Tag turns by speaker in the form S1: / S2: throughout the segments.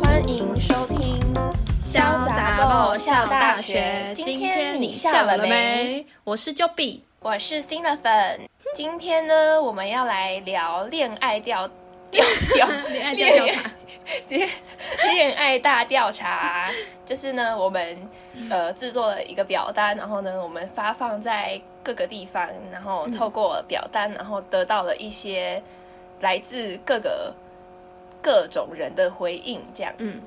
S1: 欢迎收听《
S2: 潇洒爆笑大学，今天你笑了没？我是 Joey，
S1: 我是新的粉。今天呢，我们要来聊恋爱调调调
S2: 恋爱调调查，
S1: 恋 恋爱大调查，就是呢，我们呃制作了一个表单，然后呢，我们发放在各个地方，然后透过表单，然后得到了一些来自各个各种人的回应，这样。
S2: 嗯，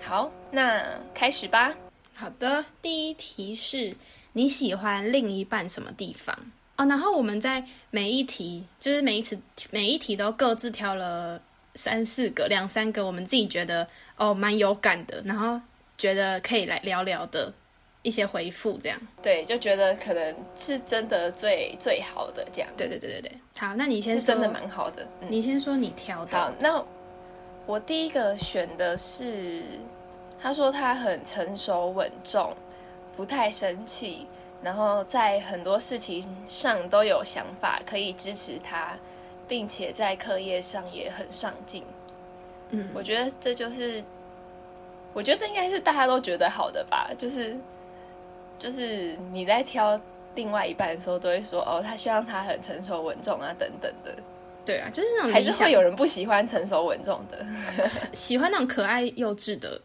S1: 好，那开始吧。
S2: 好的，第一题是你喜欢另一半什么地方？哦，然后我们在每一题，就是每一次每一题都各自挑了三四个、两三个，我们自己觉得哦蛮有感的，然后觉得可以来聊聊的一些回复，这样。
S1: 对，就觉得可能是真的最最好的这样，
S2: 对对对对对，好，那你先
S1: 是
S2: 说，
S1: 真的蛮好的。嗯，
S2: 你先说你挑
S1: 好
S2: 的，，
S1: 那我第一个选的是，他说他很成熟稳重，不太生气，然后在很多事情上都有想法，可以支持他，并且在课业上也很上进。
S2: 嗯，
S1: 我觉得这就是，我觉得这应该是大家都觉得好的吧，就是就是你在挑另外一半的时候，都会说哦，他希望他很成熟稳重啊，等等的，
S2: 对啊，就是那种
S1: 还
S2: 理
S1: 是
S2: 想
S1: 会有人不喜欢成熟稳重的。
S2: 喜欢那种可爱幼稚的，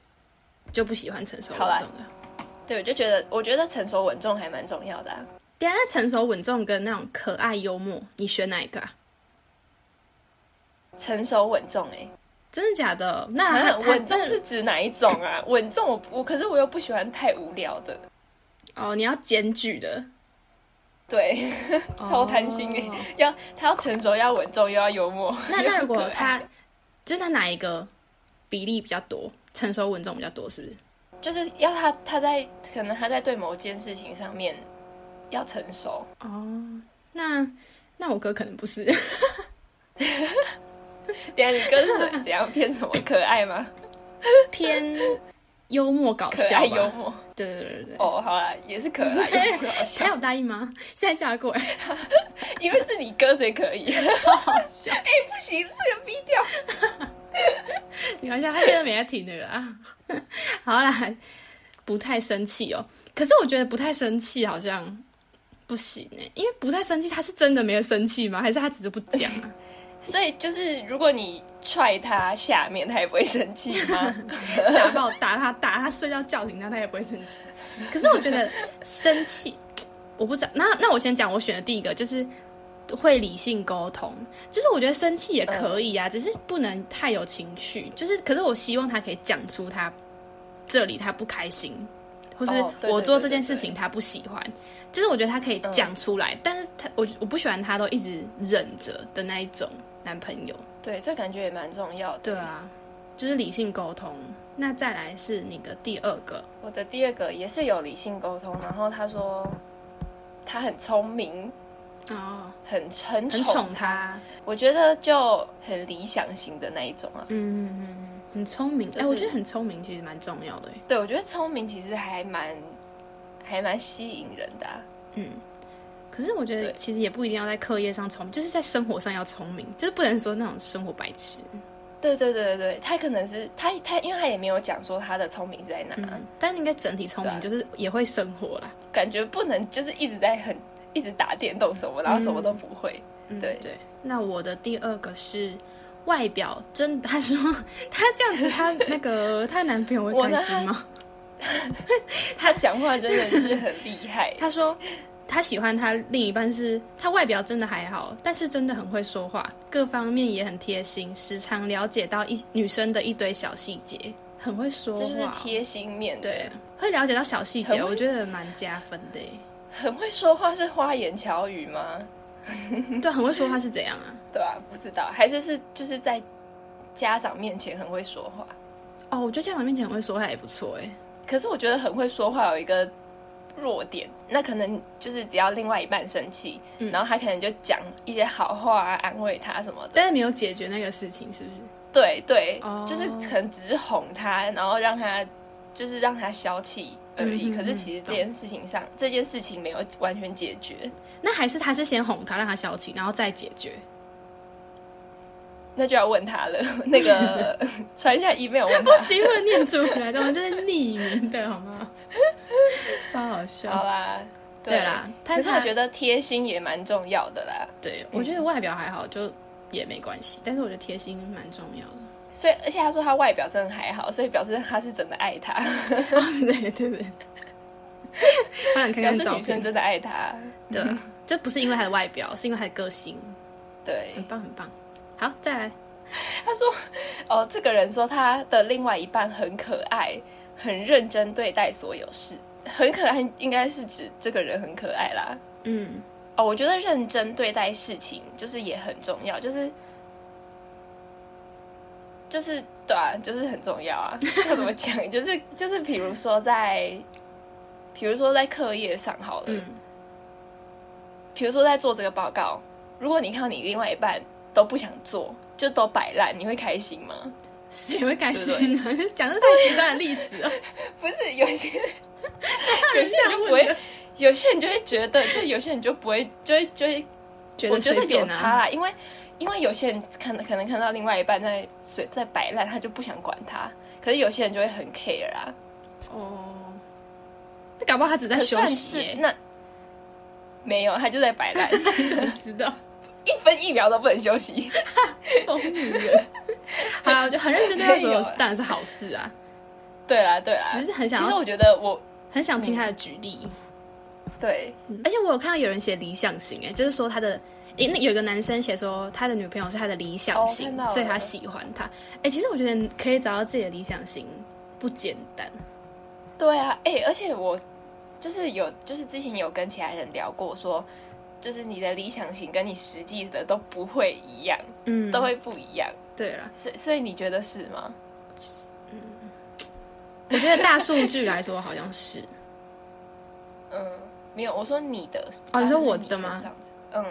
S2: 就不喜欢成熟稳
S1: 好啦
S2: 重的。
S1: 对，我就觉得我觉得成熟稳重还蛮重要的、啊。
S2: 对啊，那成熟稳重跟那种可爱幽默，你选哪一个啊？
S1: 成熟稳重、欸，
S2: 真的假的？那
S1: 哎、
S2: 他
S1: 啊，
S2: 他
S1: 稳重
S2: 真的
S1: 是指哪一种啊？稳重我我可是我又不喜欢太无聊的，
S2: 哦，你要检举的，
S1: 对， 超贪心哎、
S2: 哦
S1: 要他要成熟，要稳重，又要幽默。
S2: 那那如
S1: 又
S2: 果
S1: 要可爱
S2: 他就是他哪一个比例比较多，成熟稳重比较多，是不是？
S1: 就是要他他在可能他在对某件事情上面要成熟，
S2: 哦，那那我哥可能 不是，
S1: 等一下你哥是怎样变什么可爱吗？
S2: 偏幽默搞
S1: 可
S2: 笑
S1: 爱
S2: 吧
S1: 幽默
S2: 对对对对对。
S1: 哦，好啦，也是可爱，也是好
S2: 他
S1: 笑，
S2: 有答应吗？现在叫他过来，
S1: 因为是你哥所以可以，
S2: 超好笑。
S1: 哎不行，这个逼掉。
S2: 你看一下，他现在没在听的啦。 好啦，不太生气哦。可是我觉得不太生气好像不行哎、因为不太生气，他是真的没有生气吗？还是他只是不讲啊？
S1: 所以就是，如果你踹他下面，他也不会生气吗？
S2: 打爆打他，打他睡觉叫醒他，他也不会生气。 可是我觉得生气，我不知道。那那我先讲，我选的第一个就是会理性沟通，就是我觉得生气也可以啊，只是不能太有情绪。就是，可是我希望他可以讲出他这里他不开心，或是
S1: 哦对对
S2: 我做
S1: 对
S2: 这
S1: 对
S2: 件
S1: 对
S2: 事情他不喜欢。就是我觉得他可以讲出来，但是他我我不喜欢他都一直忍着的那一种男朋友。
S1: 对，这感觉也蛮重要的。
S2: 对啊，就是理性沟通。那再来是你的第二个，
S1: 我的第二个也是有理性沟通，然后他说他很聪明，
S2: 哦，
S1: 很很
S2: 很
S1: 宠，
S2: 宠他，
S1: 我觉得就很理想型的那一种啊。
S2: 嗯嗯嗯嗯，很聪明。哎、
S1: 就是
S2: 我觉得很聪明其实蛮重要的。哎
S1: 对，我觉得聪明其实还蛮还蛮吸引人的啊、
S2: 可是我觉得
S1: 对
S2: 其实也不一定要在课业上聪明，就是在生活上要聪明，就是不能说那种生活白痴。
S1: 对对对对对，他可能是他他，因为他也没有讲说他的聪明是在哪，
S2: 嗯，但应该整体聪明，
S1: 对啊
S2: 就是也会生活啦。
S1: 感觉不能就是一直在很一直打电动什么，然后什么都不会。
S2: 嗯，
S1: 对
S2: 对。那我的第二个是外表，真他说他这样子，他那个她男朋友会
S1: 我呢
S2: 开心吗？，
S1: 他讲话真的是很厉害
S2: 他说他喜欢他另一半是他外表真的还好，但是真的很会说话，各方面也很贴心，时常了解到一女生的一堆小细节，很会 说
S1: 这
S2: 话
S1: 就
S2: 哦，
S1: 是贴心面的，
S2: 对，会了解到小细
S1: 很
S2: 节，
S1: 会
S2: 我觉得蛮加分的耶。
S1: 很会说话是花言巧语吗？
S2: 对，很会说话是怎 样啊？
S1: 对吧、不知道，还是是就是在家长面前很会说话。
S2: 哦，我觉得家长面前很会说话也不错哎。
S1: 可是我觉得很会说话有一个弱点，那可能就是只要另外一半生气，
S2: 嗯
S1: 然后他可能就讲一些好话啊，安慰他什么的。
S2: 但是没有解决那个事情，是不是？
S1: 对对
S2: 哦
S1: 就是可能只是哄他，然后让他就是让他消气而已。
S2: 嗯嗯嗯
S1: 可是其实这件事情上，这件事情没有完全解决。
S2: 那还是他是先哄他，让他消气，然后再解决。
S1: 那就要问他了。那 个传一下 email 问
S2: 不
S1: 他。
S2: 行，我念出 来的，我就是匿名的，好吗？超好
S1: 好
S2: 笑。
S1: 啦，
S2: 对啦，
S1: 可
S2: 但
S1: 是我觉得贴心也蛮重要的啦。
S2: 对，我觉得外表还好，就也没关系。但是我觉得贴心蛮重要的。
S1: 所以，而且他说他外表真的还好，所以表示他是真的爱他，
S2: 对对 对，他想看
S1: 表
S2: 看
S1: 示
S2: 照
S1: 女生
S2: 片，
S1: 真的爱他。
S2: 对啊，这不是因为他的外表，是因为他的个性，
S1: 对，
S2: 很棒很棒。好，再来，
S1: 他说，哦，这个人说他的另外一半很可爱，很认真对待所有事。很可爱，应该是指这个人很可爱啦。
S2: 嗯，
S1: 哦，我觉得认真对待事情就是也很重要，就是就是对啊，就是很重要啊。要怎么讲？就是就是，比如说在，比如说在课业上好了，
S2: 嗯
S1: 比如说在做这个报告，如果你看到你另外一半都不想做，就都摆烂，你会开心吗？
S2: 谁会开心呢？讲的太极端的例 子了，
S1: 不是，有些
S2: 哪有人这样
S1: 有些人就不会
S2: 问的？
S1: 有些人就会觉得，就有些人就不会，就会就会
S2: 觉
S1: 我
S2: 得
S1: 觉得
S2: 随
S1: 有
S2: 便
S1: 差
S2: 啊，
S1: 啦，因为因为有些人看可能看到另外一半在水在摆烂，他就不想管他。可是有些人就会很 care 啊，
S2: 哦，那搞不好他只在
S1: 可
S2: 休
S1: 算
S2: 息
S1: 是
S2: 耶，
S1: 那没有，他就在摆烂，
S2: 你怎么知道？
S1: 一分一秒都不能休息。
S2: 疯女人。 好啦，我就很认真对待所有
S1: 没有啊
S2: 当然是好事啊，
S1: 对啦，对啦
S2: 只，是很
S1: 其
S2: 想
S1: 实
S2: 要
S1: 我嗯觉得我
S2: 很想听他的举例。
S1: 对
S2: 而且我有看到有人写理想型，哎，就是说他的，诶那有一个男生写说他的女朋友是他的理想
S1: 哦
S2: 型
S1: 看，到了
S2: 所以他喜欢他。哎，其实我觉得可以找到自己的理想型不简单，
S1: 对啊，哎、而且我就是有就是之前有跟其他人聊过说。就是你的理想型跟你实际的都不会一样，
S2: 嗯
S1: 都会不一样，
S2: 对了，
S1: 所以所以你觉得是吗？
S2: 我觉得大数据来说好像是，
S1: 嗯，没有，我说你的
S2: 哦你说我
S1: 发生在
S2: 的
S1: 身
S2: 吗
S1: 上的？嗯，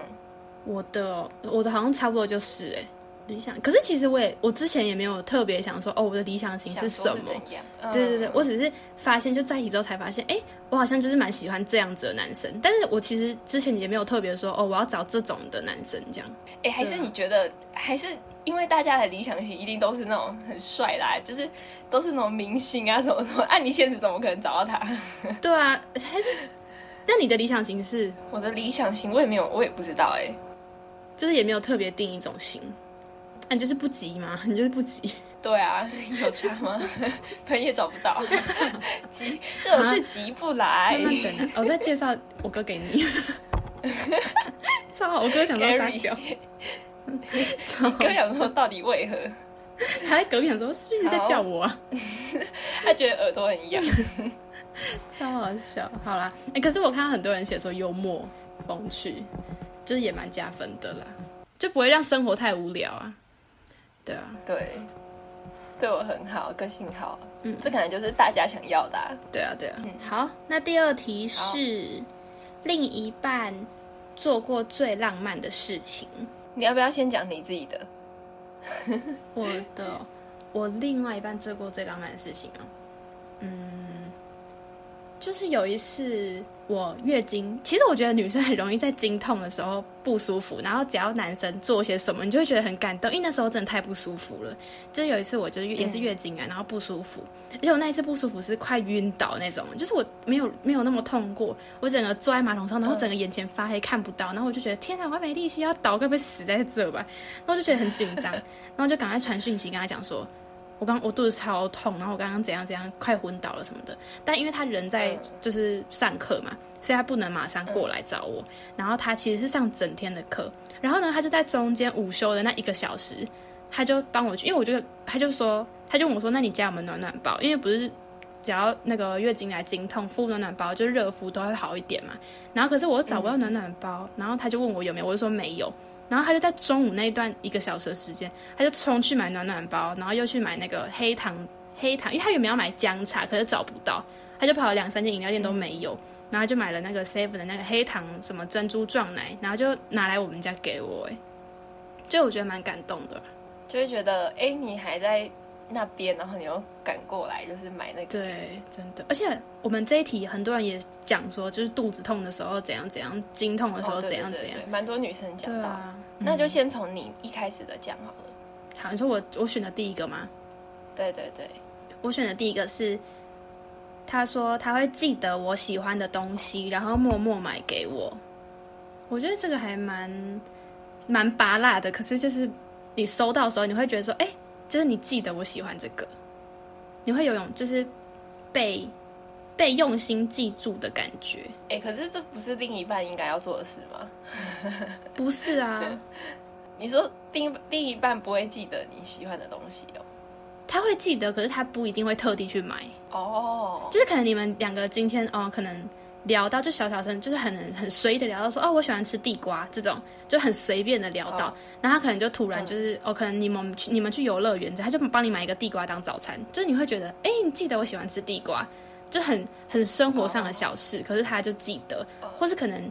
S2: 我的哦我的好像差不多就是哎、诶理想，可是其实我也我之前也没有特别想说哦，我的理想型
S1: 想
S2: 是
S1: 说
S2: 什
S1: 是
S2: 么，
S1: 怎样？嗯
S2: 对对对，我只是发现，就在一起之后才发现，哎，我好像就是蛮喜欢这样子的男生。但是我其实之前也没有特别说，哦，我要找这种的男生这样。
S1: 哎，还是你觉得还是因为大家的理想型一定都是那种很帅啦，就是都是那种明星啊什么什么，按、你现实怎么可能找到他？
S2: 对啊，还是，那你的理想型是，
S1: 我的理想型我也没有，我也不知道哎、
S2: 就是也没有特别定一种型，啊，你就是不急嘛， 你就是不急。
S1: 对啊，有差吗？朋友也找不到，急这种事急不来
S2: 慢。慢等啊，我再介绍我哥给 你。超好，我哥想说
S1: Gary
S2: 傻笑，超好
S1: 跟我讲说到底为何？
S2: 他在隔壁想说，是不是你在叫我啊？
S1: 他觉得耳朵很痒。
S2: 超好笑。好啦，哎、可是我看到很多人写说幽默风趣，就是也蛮加分的啦，就不会让生活太无聊啊。对啊，
S1: 对，对我很好，个性好，
S2: 嗯
S1: 这可能就是大家想要的、啊。
S2: 对啊，对啊。好，那第二题是另一半做过最浪漫的事情。
S1: 你要不要先讲你自己的？
S2: 我的，我另外一半做过最浪漫的事情啊，嗯，就是有一次我月经，其实我觉得女生很容易在经痛的时候不舒服，然后只要男生做些什么，你就会觉得很感动，因为那时候真的太不舒服了。就是有一次我就是月也是月经啊，然后不舒服，而且我那一次不舒服是快晕倒那种，就是我没有没有那么痛过，我整个坐在马桶上，然后整个眼前发黑看不到，然后我就觉得天哪，我还没力气要倒，该不会死在这吧？然后我就觉得很紧张，然后就赶快传讯息跟他讲说，我刚我肚子超痛，然后我刚刚怎样怎样，快昏倒了什么的。但因为他人在就是上课嘛，所以他不能马上过来找我。然后他其实是上整天的课，然后呢，他就在中间午休的那一个小时，他就帮我去，因为我就他就说，他就问我说，那你家有没有暖暖包？因为不是。只要那个月经来经痛，敷暖暖包就热敷都会好一点嘛。然后可是我又找不到暖暖包，然后他就问我有没有，我就说没有。然后他就在中午那一段一个小时的时间，他就冲去买暖暖包，然后又去买那个黑糖黑糖，因为他原本要买姜茶，可是找不到，他就跑了两三间饮料店都没有，然后就买了那个 seven 的那个黑糖什么珍珠撞奶，然后就拿来我们家给我，哎，就我觉得蛮感动的。
S1: 就会觉得，哎、你还在那边，然后你又赶过来，就是买那个。
S2: 对，真的。而且我们这一题很多人也讲说，就是肚子痛的时候怎样怎样，经痛的时候
S1: 哦对
S2: 怎样
S1: 对
S2: 怎
S1: 对
S2: 样。
S1: 对蛮多女生讲
S2: 对
S1: 到。
S2: 啊，
S1: 那就先从你一开始的讲好了。
S2: 好，你说我我选的第一个吗？
S1: 对对对，
S2: 我选的第一个是，他说他会记得我喜欢的东西，然后默默买给我。我觉得这个还蛮蛮拔辣的，可是就是你收到的时候，你会觉得说，哎、就是你记得我喜欢这个，你会有种就是被被用心记住的感觉。
S1: 哎、可是这不是另一半应该要做的事吗？
S2: 不是啊，
S1: 你说另另一半不会记得你喜欢的东西哦？
S2: 他会记得，可是他不一定会特地去买。
S1: 哦，
S2: 就是可能你们两个今天哦，可能聊到就小小声，就是很很随意的聊到说哦，我喜欢吃地瓜这种，就很随便的聊到，
S1: 哦嗯
S2: 然后他可能就突然就是、哦，可能你们去你们去游乐园，他就帮你买一个地瓜当早餐，就是你会觉得哎，你记得我喜欢吃地瓜，就很很生活上的小
S1: 哦
S2: 事，可是他就记得，或是可能。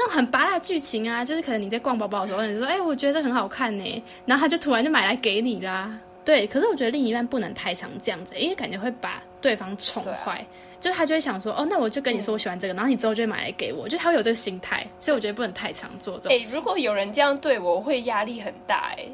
S2: 那种很拔辣的剧情啊，就是可能你在逛包包的时候，你就说：“哎、我觉得这很好看呢。”然后他就突然就买来给你啦。对，可是我觉得另一半不能太常这样子，因为感觉会把对方宠
S1: 对啊嗯
S2: 坏。就是他就会想说，哦，那我就跟你说我喜欢这个，然后你之后就会买来给我，就他会有这个心态，所以我觉得不能太常做这
S1: 哎、
S2: 种事。
S1: 如果有人这样对我，我会压力很大哎、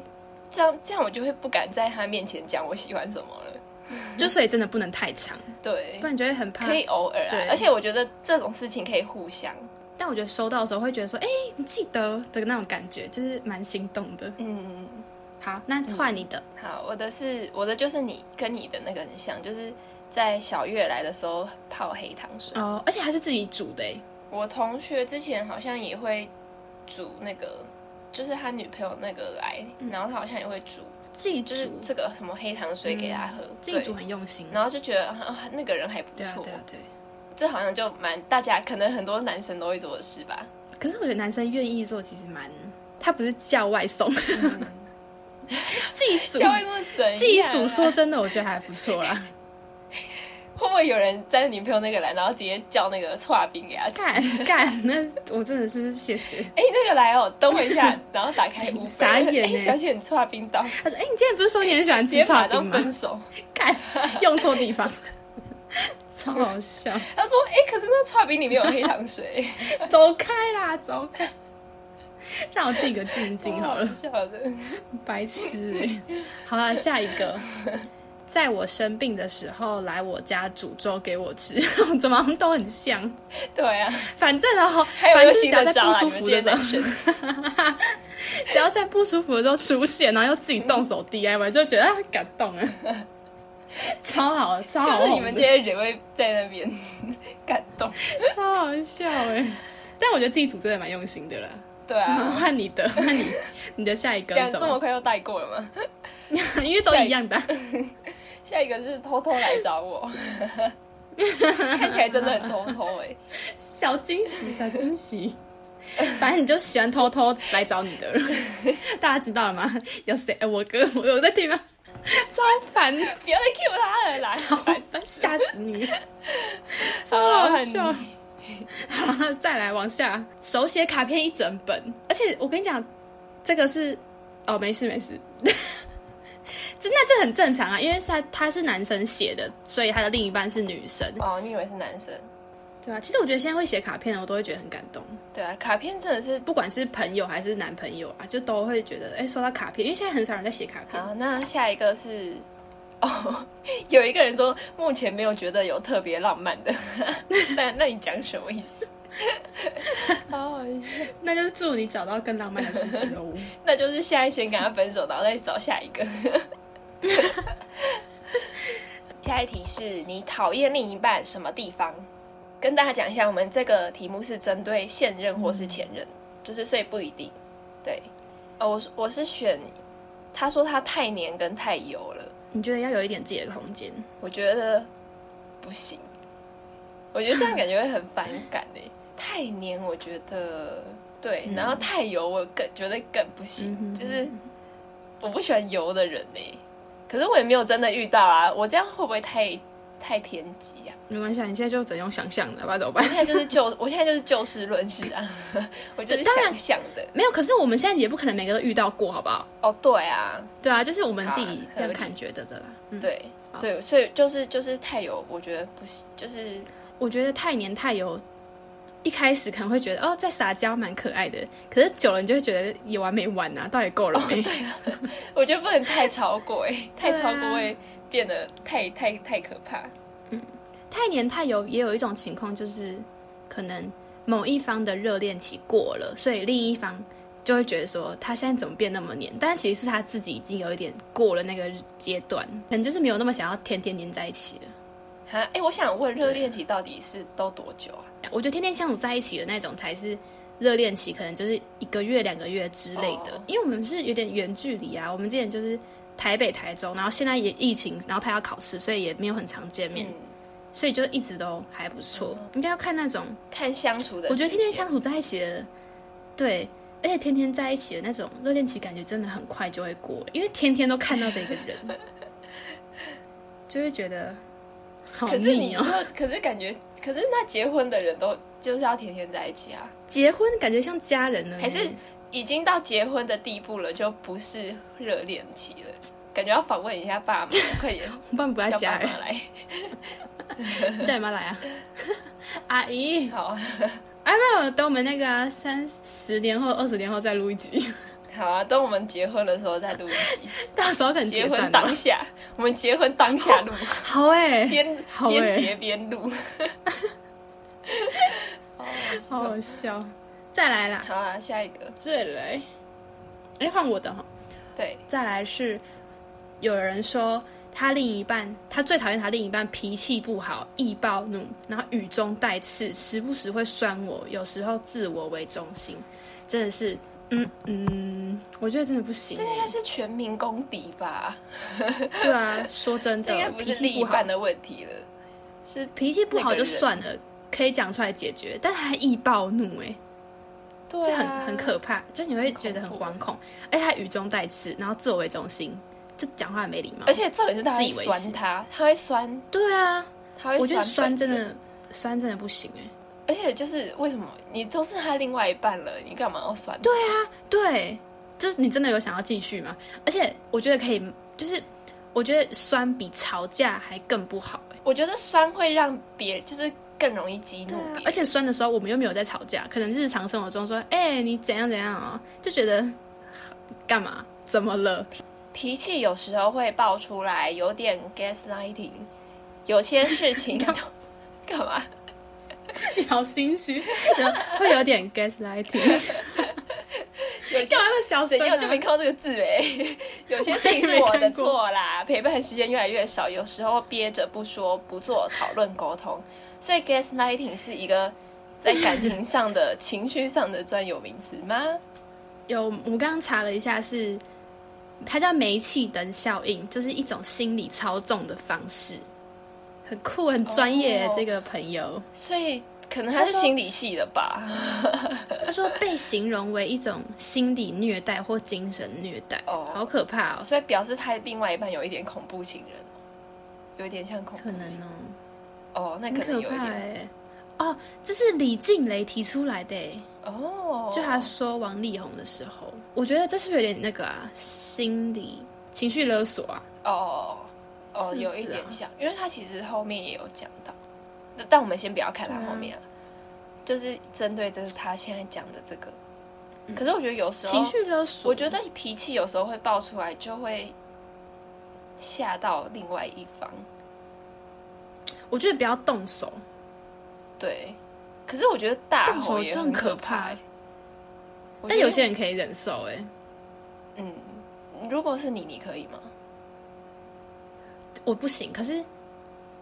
S1: 这样这样我就会不敢在他面前讲我喜欢什么了。
S2: 就所以真的不能太长，
S1: 对
S2: 不，然你就会很
S1: 嗯
S2: 怕
S1: 哎可。以偶尔啊
S2: 对，
S1: 而且我觉得这种事情可以互相。
S2: 但我觉得收到的时候会觉得说，哎、你记得的那种感觉，就是蛮心动的。
S1: 嗯，
S2: 好，那换你的，
S1: 好，我的是我的就是你跟你的那个很像，就是在小月来的时候泡黑糖水。
S2: 哦，而且还是自己煮的、哎，
S1: 我同学之前好像也会煮那个，就是他女朋友那个来，然后他好像也会煮，
S2: 自己
S1: 就是
S2: 嗯煮，嗯
S1: 这个什么黑糖水给他喝，
S2: 自己煮
S1: 对，
S2: 很用心。
S1: 然后就觉得啊那个人还不
S2: 对啊
S1: 错，，
S2: 对啊，对。
S1: 这好像就蛮大家可能很多男生都会做的事吧。
S2: 可是我觉得男生愿意做其实蛮，他不是叫外送，
S1: 嗯
S2: 自己煮，
S1: 教育部怎样啊
S2: 自己煮，说真的，我觉得还不错 啦。
S1: 会不会有人在女朋友那个来，然后直接叫那个串冰给他吃？
S2: 干干，那我真的是谢谢。
S1: 哎、那个来哦，等我一 下，然后打开五哎
S2: 傻眼欸
S1: 小姐你搓冰刀，
S2: 他说：“哎、你之前不是说你很喜欢
S1: 直
S2: 吃
S1: 接
S2: 刨
S1: 马
S2: 冰
S1: 上
S2: 吗
S1: 分 手。？”
S2: 干，用错地方， 超好 笑。
S1: 他说，哎、可是那搓冰里面有黑糖 水，
S2: 走开啦，走开，让我自己个静静好了。
S1: 超好笑的。
S2: 白痴欸、 好了，下一个。在我生病的时候来我家煮粥给我吃， 怎么好像都很像。
S1: 对啊，
S2: 反正然后，
S1: 还有
S2: 反
S1: 一
S2: 正
S1: 个新的
S2: 就是只要在
S1: 招
S2: 不
S1: 啦，
S2: 舒
S1: 你
S2: 服
S1: 们
S2: 的
S1: 这
S2: 时
S1: 些
S2: 候
S1: 男，生
S2: 只要在不舒服的时候出现，然后又自己动手 DIY，就觉得啊感动 啊，超好，超好
S1: 就是
S2: 哄
S1: 你们
S2: 的
S1: 这些人会在那边感 动。
S2: 超好笑哎、但我觉得自己组真的蛮用心的啦。
S1: 对啊，
S2: 换你 的，换你，你的下一个
S1: 讲
S2: 是什
S1: 这么
S2: 么？
S1: 快就带过了吗？
S2: 因为都一样的啊、
S1: 下一个是偷偷来找 我，看起来真的很偷偷哎、
S2: 小惊 喜，小惊喜。反正你就喜欢偷偷来找你 的人，大家知道了吗？有谁？哎我哥，我有在听吗？超烦，
S1: 不要再 Q 他了啦，
S2: 超烦，吓死你了！ 超
S1: 好
S2: 好
S1: 啦
S2: 笑。
S1: 换你
S2: 好，再来往下，手写卡片一整本，而且我跟你讲，这个是哦，没事没事， 这那这很正常啊，因为是他他是男生写的，所以他的另一半是女生，
S1: 哦，你以为是男生？
S2: 对啊，其实我觉得现在会写卡片的，我都会觉得很感动，
S1: 对啊，卡片真的是
S2: 不管是朋友还是男朋友啊，就都会觉得哎、收到卡片，因为现在很少人在写卡片，
S1: 好，那下一个是哦，有一个人说目前没有觉得有特别浪漫的， 那那你讲什么意思？好好笑
S2: 那就是祝你找到更浪漫的事情喽。
S1: 那就是现在先跟他分手，然后再找下一个。 下一题是你讨厌另一半什么地方？跟大家讲一下，我们这个题目是针对现任或是前任，就是所以不一定。对，哦，我是我是选他说他太黏跟太油了。
S2: 你觉得要有一点自己的空间，
S1: 我觉得不行，我觉得这样感觉会很反感诶、太黏，我觉得对，然后太油，我更觉得更不行，
S2: 嗯嗯哼
S1: 就是我不喜欢油的人诶、可是我也没有真的遇到啊，我这样会不会太太偏激啊？
S2: 没关系，啊，你现在就只能用想象的，不然怎么办
S1: 我？现在就是就 我现在就是就事论事啊， 我就是
S2: 当然
S1: 想象的。
S2: 没有，可是我们现在也不可能每个都遇到过，好不好？
S1: 哦，对啊，
S2: 对啊，就是我们自
S1: 好
S2: 己
S1: 啊
S2: 这样
S1: 合理
S2: 看觉得的啦。嗯，
S1: 对
S2: 好
S1: 对，所以就是就是太油，我觉得不行，就是
S2: 我觉得太黏太油，一开始可能会觉得哦，在撒娇蛮可爱的，可是久了你就会觉得有完没完啊，到底够了没？
S1: 我觉得不能太超过、哎，太
S2: 对啊
S1: 超过会变得太太太可怕。
S2: 太黏太油也有一种情况，就是可能某一方的热恋期过了，所以另一方就会觉得说他现在怎么变那么黏？但其实是他自己已经有一点过了那个阶段，可能就是没有那么想要天天黏在一起了。
S1: 哈，哎、我想问，热恋期到底是都多久啊？
S2: 我觉得天天相处在一起的那种才是热恋期，可能就是一个月、两个月之类的。
S1: 哦
S2: 因为我们是有点远距离啊，我们之前就是台北、台中，然后现在也疫情，然后他要考试，所以也没有很常见面，
S1: 嗯，
S2: 所以就一直都还不错。应该要看那种。
S1: 看相处的时间。
S2: 我觉得天天相处在一起的，对，而且天天在一起的那种热恋期，感觉真的很快就会过，因为天天都看到这个人， 就会觉得好
S1: 可是
S2: 腻
S1: 你
S2: 哦。
S1: 这可是感觉，可是那结婚的人都就是要天天在一起啊，
S2: 结婚感觉像家人呢，
S1: 还是已经到结婚的地步了，就不是热恋期了。感觉要访问一下爸 妈，快点
S2: 我爸妈不在
S1: 叫
S2: 家
S1: 爸
S2: 欸，
S1: 妈来。
S2: 叫你妈来啊，阿姨，
S1: 好啊，
S2: 哎，不然我等我们那个啊，三十年后、二十年后再录一集，
S1: 好啊，等我们结婚的时候再录一集。
S2: 到时候 可能
S1: 结
S2: 解
S1: 婚
S2: 散
S1: 当
S2: 了。
S1: 下， 我们结婚当下录，
S2: 好哎、
S1: 边
S2: 好欸
S1: 边结边录。 啊
S2: 好好笑。再来啦，
S1: 好啊，下一个，
S2: 再来，哎，换我的哈。
S1: 对，
S2: 再来是有人说他另一半，他最讨厌他另一半脾气不好、易暴怒，然后语中带刺，时不时会酸我，有时候自我为中心，真的是，嗯嗯，我觉得真的不行、
S1: 这应该
S2: 欸。
S1: 是全民公敌吧？
S2: 对啊，说真
S1: 这应该
S2: 的，
S1: 不
S2: 脾
S1: 是
S2: 气
S1: 另
S2: 不
S1: 一
S2: 好
S1: 半，的问题了，是
S2: 脾气不好就
S1: 那个人
S2: 算了，可以讲出来解决，但他还易暴怒、欸，
S1: 对、
S2: 就
S1: 啊，
S2: 很很可怕，就是你会觉得很
S1: 很恐
S2: 惶恐，而且他语中带刺，然后自我为中心，就讲话很没礼貌，
S1: 而且重点是他
S2: 自
S1: 会
S2: 以为是
S1: 酸他，他会酸，
S2: 对啊，
S1: 他会
S2: 我觉得酸
S1: 本
S2: 真
S1: 人，
S2: 的酸真的不行哎、
S1: 而且就是为什么你都是他另外一半了，你干嘛要酸？对，
S2: 对，就是你真的有想要继续吗？而且我觉得可以，就是我觉得酸比吵架还更不好哎、
S1: 我觉得酸会让别就是更容易激怒别人，
S2: 啊而且酸的时候我们又没有在吵架，可能日常生活中说哎、你怎样怎样啊、就觉得干嘛怎么了？
S1: 脾气有时候会爆出来，有点 gaslighting，有些事情都 干嘛？
S2: 你好心虚，然后 会有点 gaslighting，干嘛那么小
S1: 怎
S2: 声、
S1: 样就没
S2: 啊？
S1: 看到这个字哎？ 有些事情是我的错啦， 陪伴时间越来越少，有时候憋着不说、不做讨论、沟通，所以 gaslighting 是一个在感情上的、情绪上的专有名词吗？
S2: 有，我们刚刚查了一下是。它叫煤气灯效应，就是一种心理操纵的方式，很酷，很专业。
S1: 哦
S2: 这个朋友，
S1: 所以可能他是心理系的吧？
S2: 他说被形容为一种心理虐待或精神虐待，
S1: 哦
S2: 好可怕哦，
S1: 所以表示他另外一半有一点恐怖情人哦，有一点像恐怖
S2: 可
S1: 情
S2: 能
S1: 人
S2: 哦，
S1: 哦，那
S2: 很
S1: 可能
S2: 可
S1: 有一
S2: 怕
S1: 点是
S2: 哎。哦，这是李静蕾提出来的欸耶，
S1: 哦，
S2: 就他说王力宏的时候，我觉得这是不是有点那个啊，心理情绪勒索啊？
S1: 哦哦，
S2: 是不
S1: 有一
S2: 是
S1: 点
S2: 啊
S1: 像，因为他其实后面也有讲到，那但我们先不要看他
S2: 对啊
S1: 后面了，就是针对这个他现在讲的这个。
S2: 嗯
S1: 可是我觉得有时候
S2: 情，绪勒索，
S1: 我觉得脾气有时候会爆出来，就会吓到另外一方。
S2: 我觉得不要动手，
S1: 对，可是我觉得大
S2: 动
S1: 吼
S2: 手
S1: 也
S2: 真
S1: 很
S2: 可
S1: 怕
S2: 怕
S1: 欸。我
S2: 但
S1: 觉
S2: 有
S1: 得
S2: 些人可以忍受哎。
S1: 嗯，如果是你，你可以吗？
S2: 我不行，可是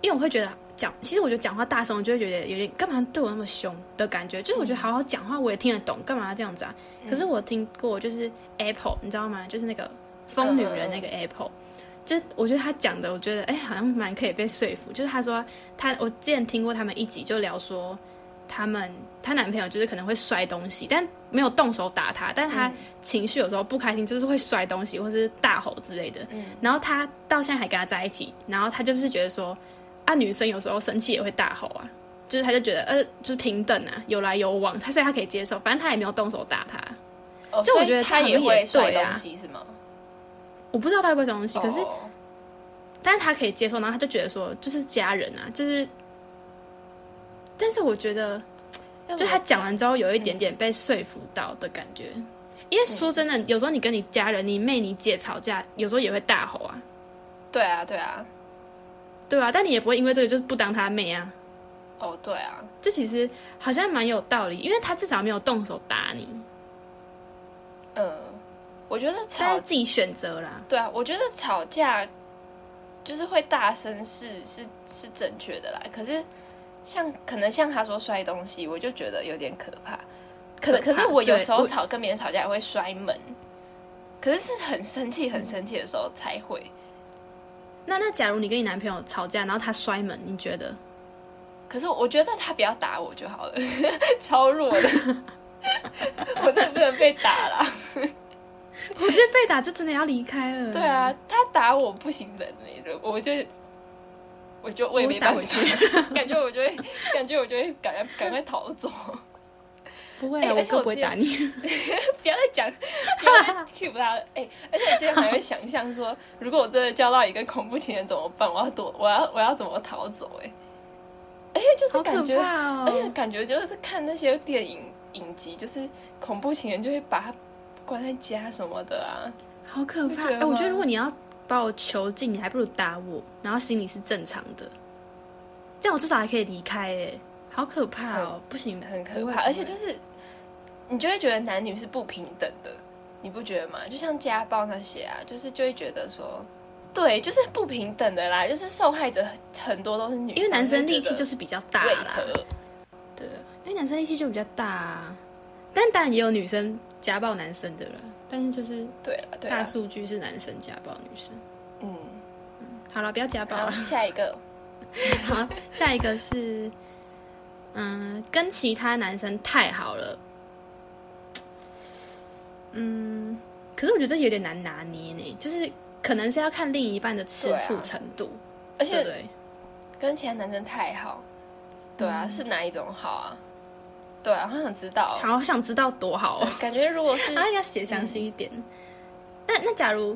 S2: 因为我会觉得讲，其实我觉得讲话大声，我就会觉得有点干嘛对我那么凶的感觉。就是我觉得好好讲话，我也听得懂，干嘛要这样子啊？可是我听过就是 Apple，你知道吗？就是那个疯女人那个 Apple。就是我觉得他讲的，我觉得哎、好像蛮可以被说服。就是他说他，我之前听过他们一集就聊说，他们她男朋友就是可能会摔东西，但没有动手打她，但她情绪有时候不开心，就是会摔东西或是大吼之类的。然后她到现在还跟他在一起，然后她就是觉得说，啊，女生有时候生气也会大吼啊，就是她就觉得呃，就是平等啊，有来有往，她所以她可以接受，反正她也没有动手打他。
S1: 哦
S2: 就我
S1: 所以
S2: 觉得
S1: 他
S2: 他
S1: 也
S2: 好像也
S1: 会摔
S2: 对啊
S1: 东西是吗？
S2: 我不知道她会不会这种东西，可是
S1: 哦
S2: 但是他可以接受，然后他就觉得说，就是家人啊，就是，但是我觉得就他讲完之后有一点点被说服到的感觉。因为说真的，有时候你跟你家人、你妹、你姐吵架，有时候也会大吼啊，
S1: 对啊，对啊，
S2: 对吧、但你也不会因为这个就是不当他妹啊。
S1: 哦，对啊，
S2: 这其实好像蛮有道理，因为他至少没有动手打你，
S1: 嗯，我觉得
S2: 他
S1: 吵
S2: 是自己选择啦。
S1: 对啊，我觉得吵架就是会大声是是是正确的啦。可是像可能像他说摔东西，我就觉得有点可怕。可能
S2: 可
S1: 可
S2: 怕
S1: 是我有
S2: 对
S1: 时候
S2: 我
S1: 吵跟别人吵架也会摔门，可是是很生气很生气的时候才会。
S2: 那那假如你跟你男朋友吵架，然后他摔门，你 觉得？
S1: 可是我觉得他不要打我就好了， 超弱 的，我真的不能被打啦。
S2: 我觉得被打就真的要离开了。
S1: 对，啊，他打我不行的那种，我就我就我也没办
S2: 我
S1: 法
S2: 会打，
S1: 感觉我就会感觉我就会赶快赶快逃走，
S2: 不会
S1: 哎
S2: 啊，
S1: 而
S2: 我
S1: 且
S2: 哥
S1: 我
S2: 不会
S1: 之前
S2: 打你。
S1: 不要再讲，不要 再 cue 他了。哎、而且我之前还会想象说，如果我真的交到一个恐怖情人怎么办？我要躲，我要我要怎么逃走、哎，而且就是
S2: 好可
S1: 感觉，
S2: 怕
S1: 而且
S2: 哦！
S1: 感觉就是看那些电影影集，就是恐怖情人就会把他关在家什么的啊。
S2: 好可怕！
S1: 你觉得
S2: 哎，我觉
S1: 吗
S2: 得如果你要把我囚禁，你还不如打我，然后心里是正常的，这样我至少还可以离开。哎，好可怕哦！不行，
S1: 很可
S2: 不会
S1: 怕，而且
S2: 不
S1: 就
S2: 会
S1: 是你就会觉得男女是不平等的，你不觉得吗？就像家暴那些啊，就是就会觉得说，对，就是不平等的啦，就是受害者很多都是女，
S2: 因为男生力气就是是比较大
S1: 违
S2: 啦，
S1: 和，
S2: 对，啊因为男生力气就比较大、啊，但当然也有女生家暴男生的了，但是就是
S1: 对了，对
S2: 大
S1: 啊，
S2: 数据是男生家暴女生。
S1: 嗯，
S2: 好了，不要家暴
S1: 好，
S2: 了。
S1: 下一 个，
S2: 好，下一个是，嗯，跟其他男生太好了，嗯，可是我觉得这有点难拿捏呢，就是可能是要看另一半的吃醋
S1: 对啊
S2: 程度，
S1: 而
S2: 对不
S1: 且
S2: 对？
S1: 跟其他男生太好，对啊，
S2: 嗯
S1: 是哪一种好啊？对啊，我想知道，
S2: 好想知道多好哦。
S1: 感觉如果是嗯
S2: 啊，要写详细一点。那那假如，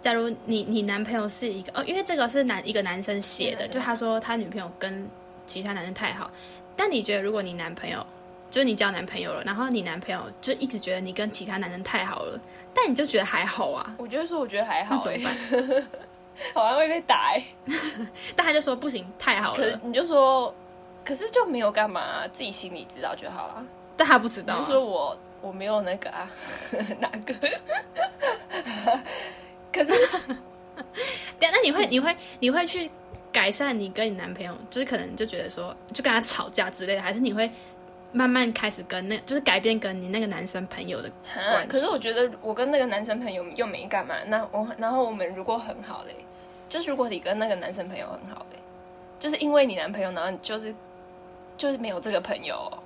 S2: 假如你你男朋友是一个哦，因为这个是男一个男生写的，
S1: 嗯
S2: 就他说他女朋友跟其他男生太好。但你觉得，如果你男朋友就是你交男朋友了，然后你男朋友就一直觉得你跟其他男生太好了，但你就觉得还好啊，
S1: 我就得说我觉得还
S2: 那
S1: 好、
S2: 怎么
S1: 欸，
S2: 办？
S1: 好像会被打、欸，
S2: 但他就说不行，太好
S1: 可是
S2: 了，
S1: 你就说，可是就没有干嘛、自己心里知道就好了。
S2: 但他不知
S1: 你
S2: 道、
S1: 就
S2: 啊
S1: 说。我我没有那个啊， 哪个？可是
S2: 对，那你会你会你会去改善你跟你男朋友，就是可能就觉得说，就跟他吵架之类的，还是你会慢慢开始跟那，就是改变跟你那个男生朋友的
S1: 啊
S2: 关系？
S1: 可是我觉得我跟那个男生朋友又没干嘛，那我然后我们如果很好嘞，就是如果你跟那个男生朋友很好嘞，就是因为你男朋友，然后你就是就是没有这个朋友哦、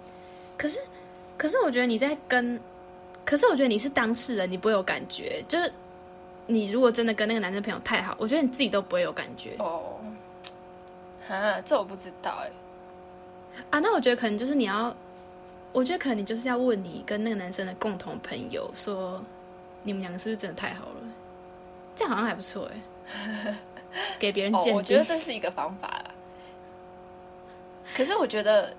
S2: 可是可是我觉得你在跟，可是我觉得你是当事人，你不会有感觉，就是。你如果真的跟那个男生朋友太好，我觉得你自己都不会有感觉
S1: 哦。啊，这我不知道哎、
S2: 啊。那我觉得可能就是你要，我觉得可能你就是要问你跟那个男生的共同朋友说，你们两个是不是真的太好了？这样好像还不错哎，给别人
S1: 哦，
S2: 鉴定。
S1: 我觉得这是一个方法啦。可是我觉得，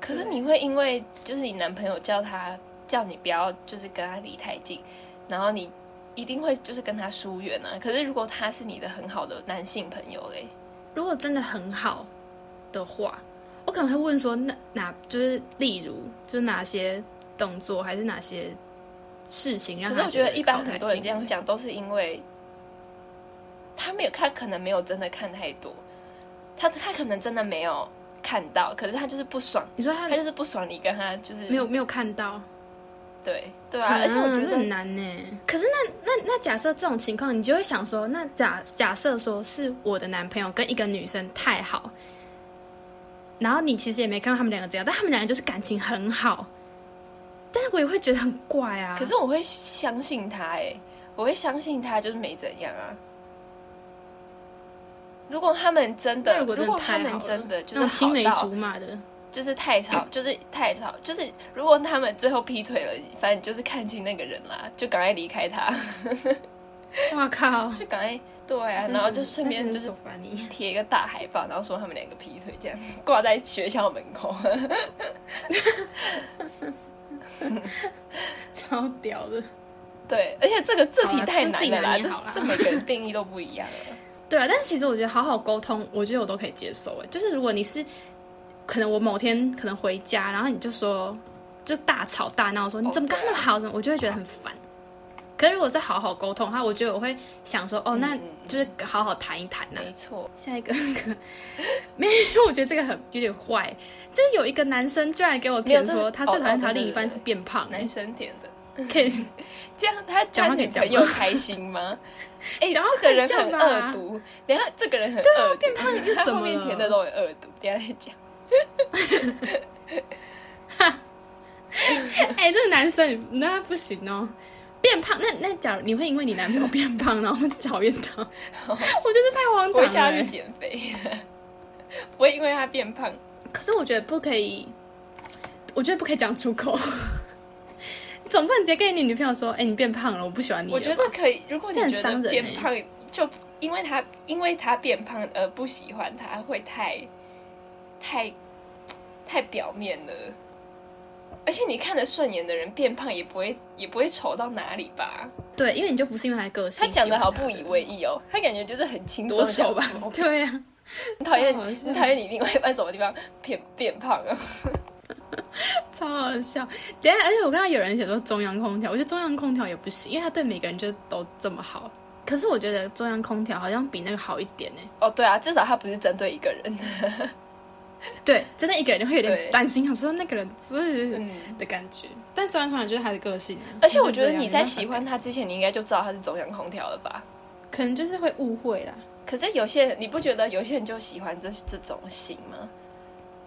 S1: 可是你会因为就是你男朋友叫他叫你不要就是跟他离太近，然后你一定会就是跟他疏远啊。可是如果他是你的很好的男性朋友嘞，
S2: 如果真的很好的话，我可能会问说，那哪就是例如就是哪些动作，还是哪些事情让
S1: 可是
S2: 他
S1: 我觉得一般
S2: 靠太
S1: 很多人
S2: 近
S1: 这样
S2: 了，
S1: 讲都是因为他没有看，可能没有真的看太多，他他可能真的没有看到，可是他就是不爽，
S2: 你说他
S1: 他就是不爽你跟他就是
S2: 没有没有看到，
S1: 对对啊，而且我觉
S2: 这
S1: 得
S2: 很难呢。可是那那那假设这种情况，你就会想说，那假假设说是我的男朋友跟一个女生太好，然后你其实也没看到他们两个怎样，但他们两个就是感情很好，但是我也会觉得很怪啊。
S1: 可是我会相信他哎、我会相信他就是没怎样啊。如果他们真的，
S2: 那如果真的
S1: 他
S2: 太好
S1: 们
S2: 了，
S1: 真的就
S2: 那种
S1: 是
S2: 青
S1: 好
S2: 梅
S1: 到
S2: 竹马的，
S1: 就是太 吵，就是太吵，就是如 果他们最后劈腿了，反正你就是看清那个人啦，就赶快离开他。
S2: 哇靠！
S1: 就赶快对啊，
S2: 真
S1: 然后
S2: 是
S1: 就顺便
S2: 那
S1: 就
S2: 真是
S1: 是
S2: so funny，
S1: 贴一个大海报，然后说他们两个劈腿，这样挂在学校门口。
S2: 超屌的。
S1: 对，而且这个字体
S2: 好啦啊
S1: 太
S2: 就自
S1: 难
S2: 己
S1: 了啦，
S2: 拿捏
S1: 这
S2: 好啦
S1: 这每个人定义都不一样 了。
S2: 对啊，但是其实我觉得好好沟通，我觉得我都可以接受。哎，就是如果你是，可能我某天可能回家，然后你就说就大吵大闹，
S1: 哦
S2: 说你怎么跟他那么好，怎么我就会觉得很烦。可是如果是好好沟通的话，我觉得我会想说，哦，那
S1: 嗯嗯
S2: 就是好好谈一谈呐、啊
S1: 没错，
S2: 下一个， 没有，因为我觉得这个很有点坏。就是有一个男生居然给我填
S1: 没有
S2: 说，
S1: 这
S2: 他最讨厌
S1: 哦
S2: 他
S1: 哦对
S2: 另一半是变胖、
S1: 男生填的，
S2: 可以
S1: 这样他
S2: 讲
S1: 他
S2: 话可
S1: 女
S2: 以讲吗
S1: 朋友开心 吗？哎、
S2: 讲话
S1: 这
S2: 可
S1: 个
S2: 以
S1: 人
S2: 讲啊
S1: 很
S2: 吧
S1: 恶毒。等一下，这个人很恶毒，
S2: 啊变胖又
S1: 他
S2: 怎
S1: 呃后
S2: 么
S1: 面填的
S2: 了？
S1: 都很恶毒，等一下再讲。
S2: 哎、这个男生那不行哦，变胖那那假如你会因为你男朋友变胖，然后去讨厌 他，我觉得这太荒
S1: 不会
S2: 唐
S1: 叫他
S2: 了、欸
S1: 去减肥， 不会因为他变胖。
S2: 可是我觉得不可以，我觉得不可以讲出口。 你总不能直接跟你女朋友说：“哎、你变胖了，我不喜欢你了。”啊
S1: 我觉得可以，如果你
S2: 这很
S1: 觉
S2: 伤
S1: 得
S2: 人
S1: 变
S2: 欸
S1: 胖，就因为他因为他变胖而不喜欢他，会太太太表面了。而且你看得顺眼的人变胖也不会也不会丑到哪里吧？
S2: 对，因为你就不是因为他的个性
S1: 他
S2: 喜
S1: 讲
S2: 欢
S1: 的
S2: 他。
S1: 好不以为意哦，他感觉就是很轻松
S2: 多
S1: 地讲
S2: 丑
S1: 说。
S2: 吧？对啊，
S1: 你讨厌
S2: 超好
S1: 你
S2: 笑
S1: 讨厌你另外一半什么地方变 变胖啊？
S2: 超好笑。等一下，而且我看到有人写说中央空调，我觉得中央空调也不行，因为他对每个人就都这么好。可是我觉得中央空调好像比那个好一点欸呢、
S1: 哦，对啊，至少他不是针对一个人。
S2: 对，真的一个人会有
S1: 对
S2: 点担心，想说那个人是
S1: 嗯，
S2: 的感觉。但中央空调就是他的个性啊。
S1: 而且我
S2: 就
S1: 觉
S2: 这
S1: 得
S2: 样
S1: 你
S2: 没办
S1: 在
S2: 法
S1: 喜
S2: 改
S1: 欢他之前，你应该就知道他是中央空调了吧？
S2: 可能就是会误会啦。
S1: 可是有些人，你不觉得有些人就喜欢这这种型吗？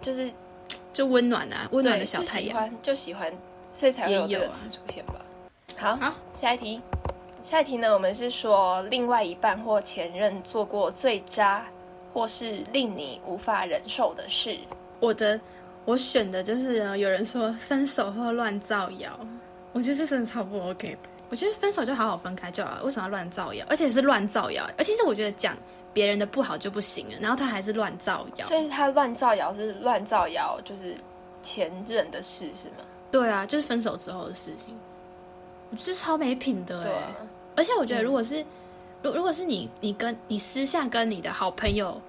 S1: 就是
S2: 就温暖啊，温暖
S1: 对，
S2: 的小太
S1: 就喜
S2: 阳。
S1: 欢就喜欢，所以才会有
S2: 也
S1: 这
S2: 有
S1: 个
S2: 啊
S1: 词出现吧。好，
S2: 好
S1: 下一题。下一题呢，我们是说另外一半或前任做过最渣或是令你无法忍受的事。
S2: 我的我选的就是呢有人说分手后乱造谣，我觉得这真的超不 OK 的。我觉得分手就好好分开就好了，为什么要乱造谣？而且是乱造谣，而且是我觉得讲别人的不好就不行了，然后他还是乱造谣
S1: 所。以他乱造谣是乱造谣，就是前任的事是吗？
S2: 对啊，就是分手之后的事情，我觉得这超没品的哎、
S1: 对啊，
S2: 而且我觉得如果是，如、如果是你，你跟你私下跟你的好朋友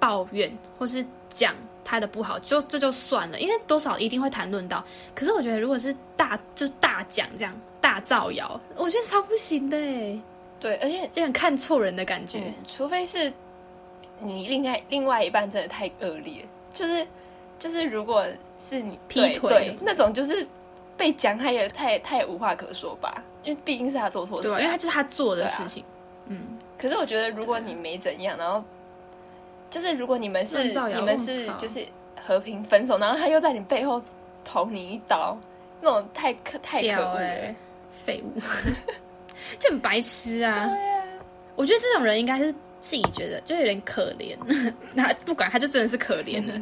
S2: 抱怨或是讲他的不好，就这就算了，因为多少一定会谈论到。可是我觉得如果是大就大讲这样大造谣，我觉得超不行的哎，
S1: 对，而且
S2: 这样看错人的感觉。
S1: 嗯，除非是你另外另外一半真的太恶劣，就是就是如果是你
S2: 劈
S1: 对
S2: 腿
S1: 对
S2: 什么
S1: 那种，就是被讲他也太太无话可说吧，因为毕竟是他做错事
S2: 对
S1: 啊、
S2: 吧？因为他就是他做的
S1: 对啊
S2: 事情，嗯，
S1: 可是我觉得，如果你没怎样，然后就是如果你们是
S2: 啊乱造谣
S1: 你们是
S2: 我靠
S1: 就是和平分手，然后他又在你背后捅你一刀，那种太可太可
S2: 屌
S1: 恶了。
S2: 哎，废物， 就很白痴啊！
S1: 对啊，
S2: 我觉得这种人应该是自己觉得就有点可怜， 那不管他就真的是可怜 了，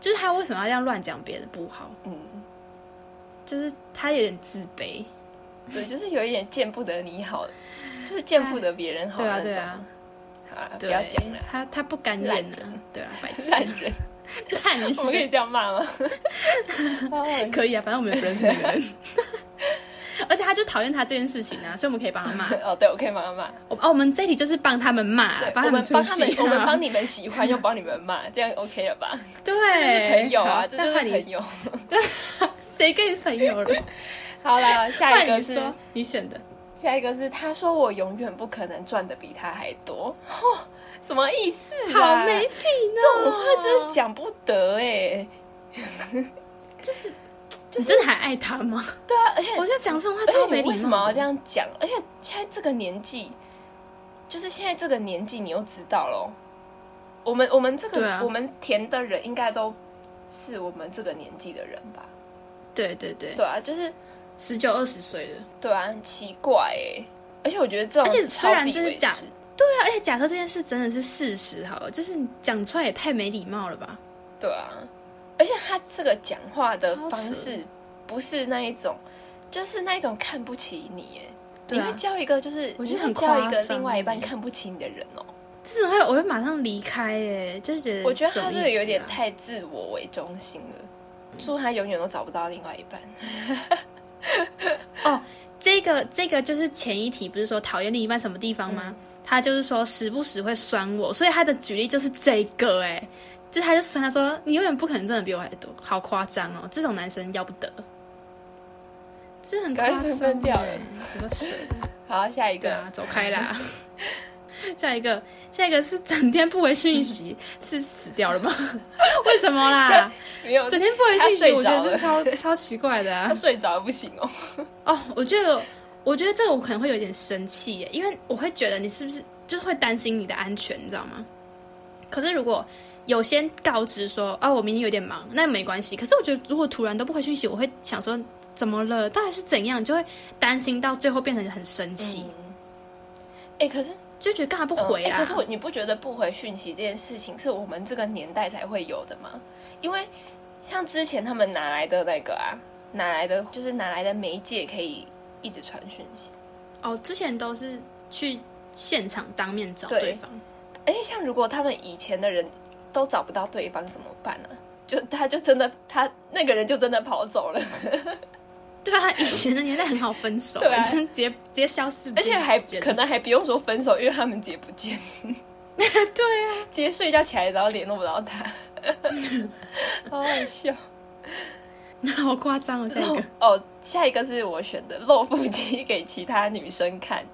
S2: 就是他为什么要这样乱讲别人不好？
S1: 嗯，
S2: 就是他有点自卑，
S1: 对，就是有一点见不得你好，就是见不得别人好
S2: 对
S1: 那
S2: 啊
S1: 种。
S2: 对啊，
S1: 好啦，哦不
S2: 对
S1: 要讲了，
S2: 他他不甘愿
S1: 烂
S2: 啊，对啊，白痴
S1: 烂人，
S2: 烂人
S1: 我们可以这样骂吗？
S2: 可以啊，反正我们也不认识那个人，而且他就讨厌他这件事情啊，所以我们可以帮他骂。
S1: 哦，对，我可以帮他骂。
S2: 我哦，我们这一题就是帮他们骂
S1: 对，，
S2: 帮
S1: 我
S2: 他
S1: 们
S2: 出啊
S1: 帮他们
S2: 气，，
S1: 我们帮你们喜欢，又帮你们骂，这样 OK 了 吧？
S2: 对
S1: 朋友啊，
S2: 哎好
S1: 这就
S2: 但
S1: 是
S2: 换你
S1: 朋，友。
S2: 谁跟你朋友了？
S1: 好啦，下一
S2: 换
S1: 个
S2: 你
S1: 是
S2: 说，你选的，
S1: 下一个是他说我永远不可能赚的比他还多，哦，什么意思、啊？
S2: 好没品哦！
S1: 这种话真的讲不得哎、
S2: 就是，哎你真的还爱他吗？
S1: 对啊，而且
S2: 我觉得讲这种话
S1: 而
S2: 超
S1: 且
S2: 没
S1: 哎你为
S2: 礼
S1: 什么
S2: 貌
S1: 要这
S2: 的。
S1: 样讲？而且现在这个年纪，就是现在这个年纪，你又知道咯。我们我们这
S2: 对
S1: 个、
S2: 啊
S1: 我们填的人，应该都是我们这个年纪的人吧？
S2: 对对对，
S1: 对啊，就是
S2: 十九二十岁的。
S1: 对啊，很奇怪哎、而且我觉得这种
S2: 而且虽然
S1: 超自以
S2: 这是
S1: 为
S2: 假
S1: 是
S2: 对啊，而且假设这件事真的是事实好了，就是你讲出来也太没礼貌了吧？
S1: 对啊，而且他这个讲话的
S2: 超
S1: 方式不是那一种，就是那一种看不起你耶，欸
S2: 对
S1: 你
S2: 啊
S1: 会交一个就是
S2: 我
S1: 你
S2: 觉得
S1: 会
S2: 很
S1: 交一
S2: 夸
S1: 个
S2: 张
S1: 另外一半
S2: 欸
S1: 看不起你的人哦。
S2: 这种会我会马上离开耶，就是觉得
S1: 我觉得
S2: 什么
S1: 他这
S2: 意
S1: 个
S2: 思
S1: 有点
S2: 啊
S1: 太自我为中心了，祝他永远都找不到另外一半。
S2: 这个这个就是前一题，不是说讨厌另一半什么地方
S1: 嗯
S2: 吗？他就是说时不时会酸我，所以他的举例就是这个哎、就是他就酸他说你永远不可能赚的比我还多，好夸张哦！这种男生要不得，这很夸
S1: 赶快
S2: 张、
S1: 分分掉了
S2: 欸，有个扯。
S1: 好，下一
S2: 对
S1: 个
S2: 啊，走开啦。 下一个，下一个是整天不回 讯息，是死掉了吗？ 为什么啦？
S1: 没有
S2: 整天不回讯
S1: 他
S2: 息，
S1: 睡
S2: 我觉得
S1: 着
S2: 是
S1: 了
S2: 超超奇怪的、啊
S1: 他。睡着不行哦。
S2: 哦，我觉得，我觉得这个我可能会有点生气耶，因为我会觉得你是不是就是会担心你的安全，你知道吗？可是如果有先告知说，哦，我明天有点忙，那没关系。可是我觉得，如果突然都不回讯息，我会想说，怎么了？到底是怎样？你就会担心到最后变成很生气，
S1: 哎、嗯可是
S2: 就觉得干嘛不
S1: 嗯
S2: 回
S1: 欸
S2: 啊？
S1: 可是我你不觉得不回讯息这件事情是我们这个年代才会有的吗？因为像之前他们哪来的那个啊，哪来的就是哪来的媒介可以一直传讯息？
S2: 哦，之前都是去现场当面找
S1: 对
S2: 对方，
S1: 而且像如果他们以前的人都找不到对方怎么办呢、就他就真的他那个人就真的跑走了，
S2: 对啊，以前的年代很好分手，
S1: 对啊
S2: 以前直接直接消失不
S1: 而
S2: 见
S1: 且
S2: 就不
S1: 还
S2: 见了，
S1: 可能还不用说分手，因为他们姐不见，
S2: 对啊，
S1: 直接睡觉起来然后联络不到 他，好好笑。
S2: 那好夸张哦，下一
S1: 漏
S2: 个。
S1: 哦，下一个是我选的露腹肌给其他女生看，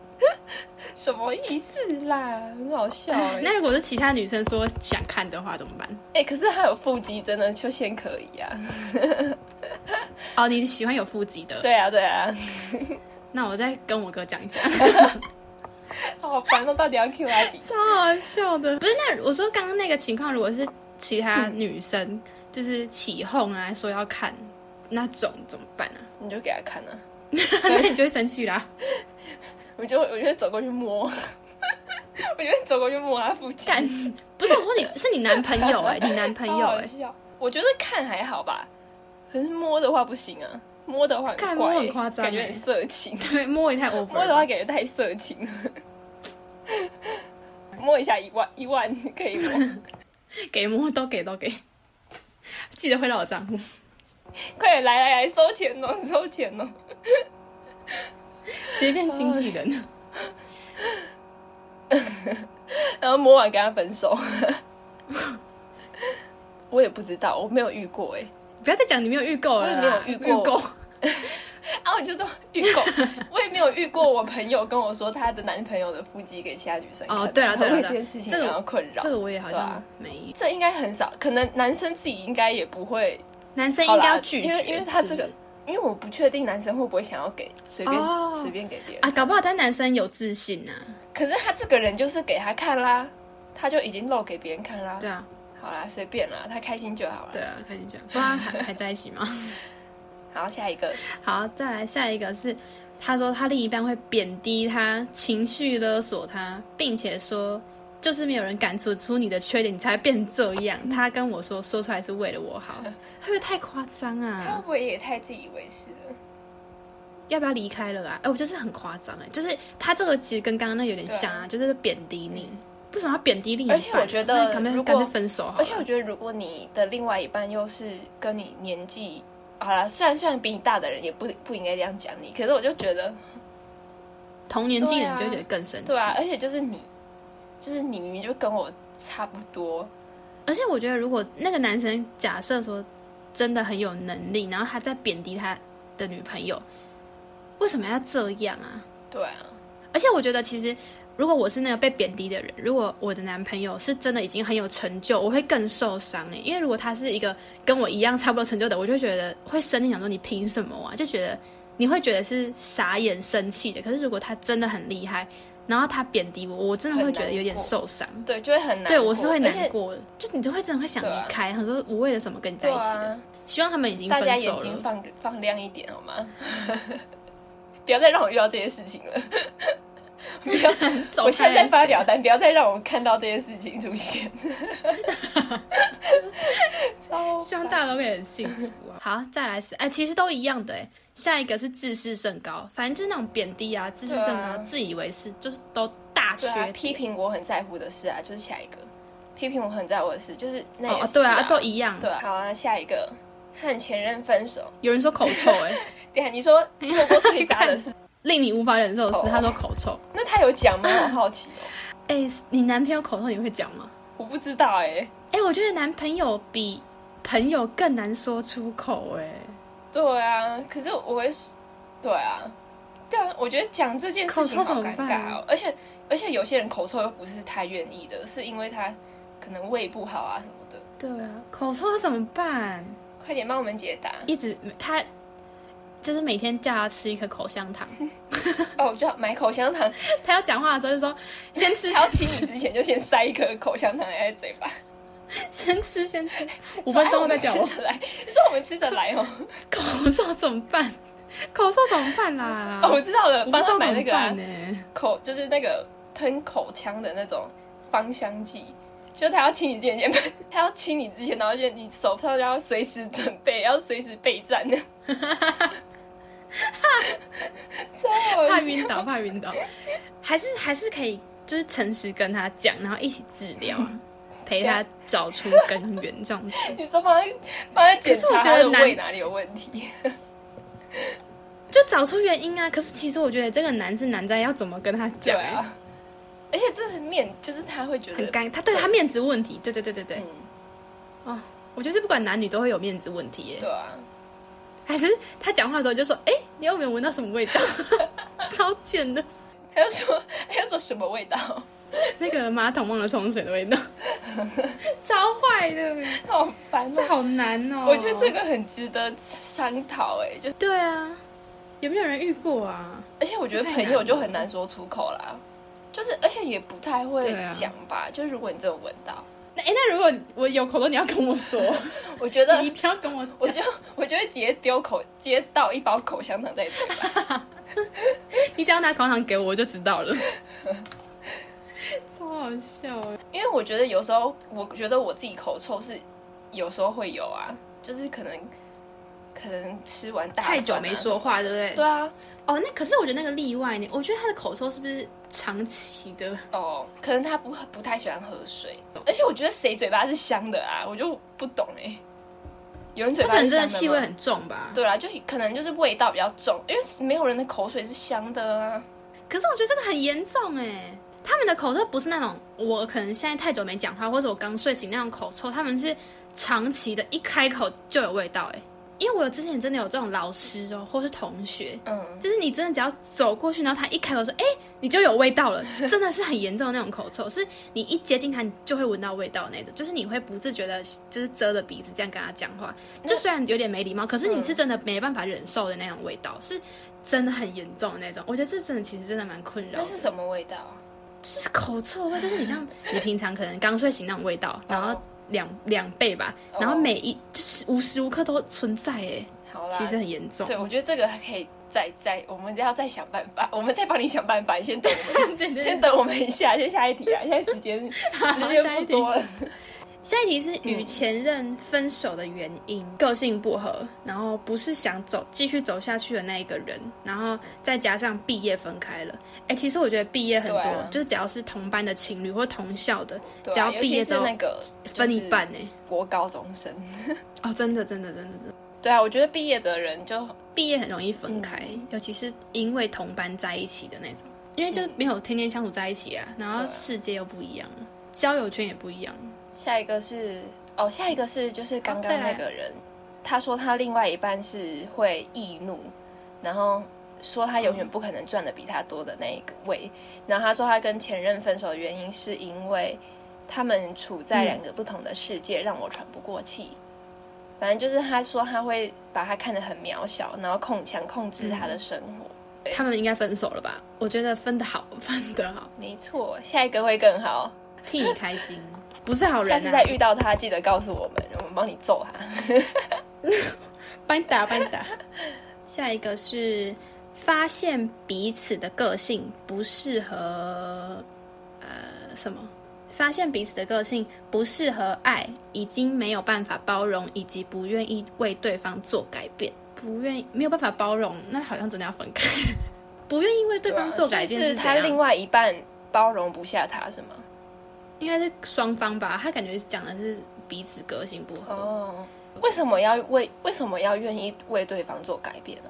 S1: 什么意思啦？很好笑哎、
S2: 啊那如果是其他女生说想看的话怎么办？
S1: 哎、可是她有腹肌，真的就先可以啊。
S2: 哦，你喜欢有腹肌的，
S1: 对啊，对啊，
S2: 那我再跟我哥讲 一下，
S1: 好烦哦，到底要 Q 他几次？
S2: 超好笑的。不是，那我说刚刚那个情况，如果是其他
S1: 嗯
S2: 女生、就是起哄啊，说要看那种怎么办 啊？
S1: 你就给他看啊，
S2: 那你就会生气啦。
S1: 我就我就会走过去摸， 我就会走过去摸他腹肌，
S2: 干，不是我说你是你男朋友哎、你男朋
S1: 超
S2: 友
S1: 好
S2: 哎、
S1: 笑。我觉得看还好吧，可是摸的话不行啊，摸的话很
S2: 看
S1: 怪
S2: 摸
S1: 欸
S2: 很夸张
S1: 感觉
S2: 欸
S1: 很色情。
S2: 对，摸也太 over
S1: 摸
S2: 了
S1: 的话
S2: 吧。
S1: 感觉太色情了。摸一下一万一万可 以摸，
S2: 给摸都给都给，记得汇到我账户。
S1: 快点来来来收钱哦，收钱哦！
S2: 直接变经纪人。
S1: 哎然后摸完跟他分手， 我也不知道，我没有遇过哎、
S2: 不要再讲你没有预购了啦，
S1: 我也没有预购啊，我就说遇过，我也没有遇过我朋友跟我说她的男朋友的腹肌给其他女生看
S2: 哦对了对了
S1: 我为
S2: 对了
S1: 这件事情
S2: 这个
S1: 感到困扰。
S2: 这个我也好
S1: 对
S2: 像
S1: 啊
S2: 没有。
S1: 这应该很少，可能男生自己应该也不会，
S2: 男生应该要拒绝，
S1: 好啦因为因为他
S2: 是不是
S1: 这个因为我不确定男生会不会想要给随便、
S2: 哦
S1: 随便给别人
S2: 啊，搞不好他男生有自信啊呐、
S1: 可是他这个人就是给他看啦，他就已经露给别人看啦。
S2: 对啊，
S1: 好啦，随便啦，他开心就好
S2: 对
S1: 了。
S2: 啊，开始讲，不知道还还在一起吗？
S1: 好，下一个，
S2: 好，再来下一个是，他说他另一半会贬低他，情绪勒索他，并且说。就是没有人敢指出你的缺点，你才会变这样。 他跟我说，说出来是为了我好，会不会太夸张
S1: 他会
S2: 啊？
S1: 不会也太自以为是了？
S2: 要不要离开了啊？哎、我觉得是很夸张哎，就是他这个其实跟刚刚那有点像啊，就是贬低你。为什么要贬低另一半啊？
S1: 而且我觉得
S2: 那干脆
S1: 如果
S2: 干脆分手好了。啊
S1: 而且我觉得，如果你的另外一半又是跟你年纪好啦，虽然虽然比你大的人，也不不应该这样讲你。可是我就觉得，
S2: 同年纪
S1: 对
S2: 人
S1: 啊
S2: 你就会觉得更生气。
S1: 对啊，而且就是你，就是你明明就跟我差不多，
S2: 而且我觉得，如果那个男生假设说真的很有能力，然后他在贬低他的女朋友，为什么要这样啊？
S1: 对啊，
S2: 而且我觉得，其实如果我是那个被贬低的人，如果我的男朋友是真的已经很有成就，我会更受伤诶、因为如果他是一个跟我一样差不多成就的，我就觉得会生气，想说你凭什么啊？就觉得你会觉得是傻眼生气的。可是如果他真的很厉害，然后他贬低我，我真的会觉得有点受伤。
S1: 对，就会很难过。
S2: 对我是会
S1: 而且
S2: 难过的，就你就会真的会想
S1: 对啊
S2: 离开，他说我为了什么跟你在
S1: 对
S2: 一起的？
S1: 啊，
S2: 希望他们已经
S1: 大家
S2: 分手
S1: 眼睛
S2: 了。
S1: 放放亮一点好吗？ 不要再让我遇到这些事情 了。不要，
S2: 走
S1: 我现在
S2: 开
S1: 在发表单，不要再让我看到这些事情出现。 超
S2: 希望大家都可以很幸福啊。好，再来是哎、其实都一样的哎、下一个是自视甚高，反正就是那种贬低啊，自视甚高、
S1: 对啊
S2: 自以为是，就是都大缺
S1: 对啊，批
S2: 点
S1: 评我很在乎的事啊，就是下一个批评我很在乎的事，就是那
S2: 哦
S1: 个、
S2: 哦，对啊，都一样。
S1: 对啊。好啊，下一个和前任分手。
S2: 有人说口臭哎、
S1: 对啊，你 说做过最渣的事，
S2: 令你无法忍受的是，
S1: 哦
S2: 他说口臭。
S1: 那他有讲吗？我好奇哦，
S2: 哎、你男朋友口臭你会讲吗？
S1: 我不知道哎。
S2: 哎、我觉得男朋友比朋友更难说出口哎、
S1: 对啊，可是我会说，对啊，对啊，我觉得讲这件事情
S2: 口臭
S1: 好
S2: 怎么
S1: 尴
S2: 办
S1: 尬哦，而且而且有些人口臭又不是他愿意的，是因为他可能胃不好啊什么的。
S2: 对啊，口臭怎么办？
S1: 快点帮我们解答
S2: 一直他就是每天叫他吃一颗口香糖，
S1: 哦！我就要买口香糖，
S2: 他要讲话的时候就说先吃，
S1: 他要
S2: 先
S1: 亲
S2: 吃，
S1: 你之前就先塞一颗口香糖在嘴巴，
S2: 先吃，先 吃，五分钟后再讲
S1: 说哎我们吃着来，说我
S2: 我
S1: 们吃着来哦。
S2: 口臭怎么办？口臭怎么办啦、啊？
S1: 哦，我知道了，
S2: 我不
S1: 帮
S2: 知道
S1: 他
S2: 怎
S1: 买
S2: 么
S1: 那个啊、
S2: 办呢、欸。
S1: 口，就是那个喷口腔的那种芳香剂。就他要亲你之前先喷， 他要亲你之前，然后就你手套就要随时准备，要随时备战 的。超好
S2: 怕
S1: 笑
S2: 晕倒，怕晕倒，还是还是可以，就是诚实跟他讲，然后一起治 疗啊，陪他找出根源这样子。
S1: 你说帮他帮他检
S2: 可是我
S1: 查
S2: 觉
S1: 他
S2: 得
S1: 的
S2: 男
S1: 胃哪里有问题？
S2: 就找出原因啊！可是其实我觉得这个难是难在要怎么跟他
S1: 对
S2: 讲、欸，
S1: 啊，而且这很面，就是他会觉
S2: 很
S1: 得，
S2: 尴尬。他对他面子问题，对对对对对，
S1: 嗯，
S2: 我觉得不管男女都会有面子问题耶、
S1: 对啊，
S2: 还是他讲话的时候就说：“哎、你有没有闻到什么味道？” 超卷的，
S1: 他就说他就说什么味道，
S2: 那个马桶忘了冲水的味道，超坏的，
S1: 好烦
S2: 这
S1: 哦。
S2: 好难哦。
S1: 我觉得这个很值得商讨哎，就是。
S2: 对啊，有没有人遇过啊？
S1: 而且我觉得朋友就很难说出口啦，就是而且也不太会
S2: 对啊
S1: 讲吧。就如果你真的闻到，
S2: 那哎、那如果我有口臭，你要跟 我说，
S1: 我觉得
S2: 你一定要跟我
S1: 我
S2: 讲。
S1: 就我就会直接丢口，直接倒一包口香糖在嘴巴。
S2: 你只要拿口香糖给我，我就知 道了。超好笑哎！
S1: 因为我觉得有时候，我觉得我自己口臭是有时候会有啊，就是可能可能吃完大、啊
S2: 太久没，说话，对不对？
S1: 对啊，
S2: 哦，那可是我觉得那个例外呢，我觉得他的口臭是不是长期的？
S1: 哦，可能他不不太喜欢喝水，而且我觉得谁嘴巴是香的啊，我就不懂哎、有人嘴
S2: 他
S1: 巴
S2: 可能
S1: 是
S2: 真
S1: 香的
S2: 的气
S1: 吗
S2: 味很重吧？
S1: 对啦，就可能就是味道比较重，因为没有人的口水是香的啊。
S2: 可是我觉得这个很严重哎，他们的口臭不是那种我可能现在太久没讲话，或者我刚睡醒那种口臭，他们是长期的，一开口就有味道哎。因为我有之前真的有这种老师哦，或是同学，
S1: 嗯，
S2: 就是你真的只要走过去，然后他一开口说“哎、你就有味道了”， 真的是很严重的那种口臭，是你一接近他，你就会闻到味道那种，就是你会不自觉的，就是遮着鼻子这样跟他讲话，就虽然有点没礼貌，可是你是真的没办法忍受的那种味道，是真的很严重的那种。我觉得这真的其实真的蛮困
S1: 那
S2: 扰的，
S1: 是什么味道啊？
S2: 就是口臭味，就是你像 你平常可能刚睡醒那种味道，然后两两倍吧，然后每一就是无时无刻都存在，哎，
S1: 好啦，
S2: 其实很严重。
S1: 对，我觉得这个还可以再再，我们要再想办法， 我们再帮你想办法。你先等我们，
S2: 对对对
S1: 先等我们一下，先下一题啊，现在时 间时
S2: 下一
S1: 间不
S2: 题
S1: 多了。
S2: 下一题是与前任分手的原因：个性不合，然后不是想走继续走下去的那一个人，然后再加上毕业分开了。哎、其实我觉得毕业很多，
S1: 对啊
S2: 就是只要是同班的情侣或同校的，
S1: 对啊
S2: 只要毕业
S1: 尤其
S2: 之
S1: 是
S2: 后
S1: 那个就是
S2: 分一半呢、
S1: 国高中生，
S2: 哦，真的，真的，真的，真的，
S1: 对啊，我觉得毕业的人就
S2: 毕业很容易分开，
S1: 嗯
S2: 尤其是因为同班在一起的那种，因为就是没有天天相处在一起啊，然后
S1: 对
S2: 世界又不一样
S1: 啊
S2: 了，交友圈也不一样了。
S1: 下一个是哦，下一个是就是刚
S2: 好
S1: 刚
S2: 哦再
S1: 那
S2: 来
S1: 个人，他说他另外一半是会易怒，然后说他永远不可能赚的比他多的那一个位，然后他说他跟前任分手的原因是因为他们处在
S2: 嗯
S1: 两个不同的世界，让我喘不过气。反正就是他说他会把他看得很渺小，然后控想控制他的生活。
S2: 他们应该分手了吧？我觉得分得好，分得好。
S1: 没错，下一个会更好。
S2: 替你开心，不是好人、
S1: 下
S2: 啊。
S1: 次再遇到他，记得告诉我们，我们帮你揍他。
S2: 帮你打，帮你打。下一个是发现彼此的个性不适合，呃，什么发现彼此的个性不适合爱，已经没有办法包容，以及不愿意为对方做改变，不愿意没有办法包容，那好像真的要分开。不愿意为对方做改变
S1: 啊是
S2: 是
S1: 他
S2: 怎
S1: 另
S2: 样？
S1: 外一半包容不下他是吗？
S2: 应该是双方吧。他感觉讲的是彼此个性不合。
S1: 哦，为什么要为为什么要愿意为对方做改变呢？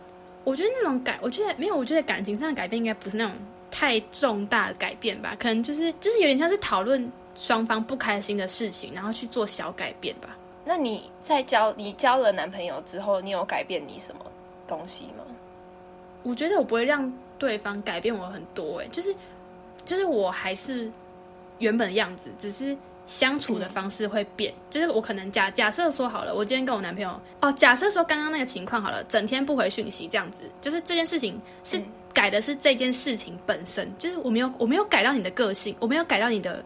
S2: 我觉得那种改，我觉得没有，我觉得感情上的改变应该不是那种太重大的改变吧，可能就是就是有点像是讨论双方不开心的事情，然后去做小改变吧。
S1: 那你在交你交了男朋友之后，你有改变你什么东西吗？
S2: 我觉得我不会让对方改变我很多、欸，就是就是我还是原本的样子，只是相处的方式会变。就是我可能假假设说好了，我今天跟我男朋友哦，假设说刚刚那个情况好了，整天不回讯息这样子，就是这件事情是、
S1: 嗯
S2: 改的是这件事情本身，就是我没有我没有改到你的个性，我没有改到你的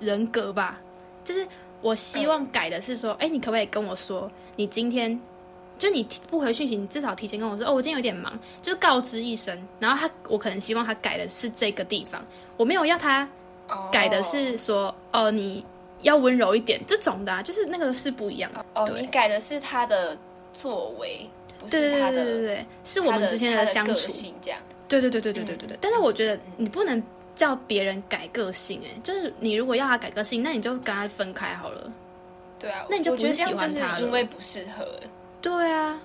S2: 人格吧，就是我希望改的是说，哎、你可不可以跟我说，你今天就你提不回讯息，你至少提前跟我说，哦，我今天有点忙，就是告知一声。然后他，我可能希望他改的是这个地方，我没有要他改的是说，哦，你要温柔一点这种的、啊，就是那个是不一样的。
S1: 哦，
S2: 对
S1: 你改的是他的作为，不
S2: 对
S1: 是
S2: 对
S1: 他
S2: 对对
S1: 的
S2: 对对，是我
S1: 他
S2: 们之间
S1: 他的
S2: 相
S1: 个
S2: 处。
S1: 性嗯这样。
S2: 对对对对对对对对。但是我觉得你不能叫别人改个性、哎，就是你如果要他改个性，那你就跟他分开好了。
S1: 对啊，
S2: 那你就
S1: 我觉得
S2: 不
S1: 这样
S2: 喜欢
S1: 就是
S2: 他了
S1: 因为不适合。
S2: 对啊，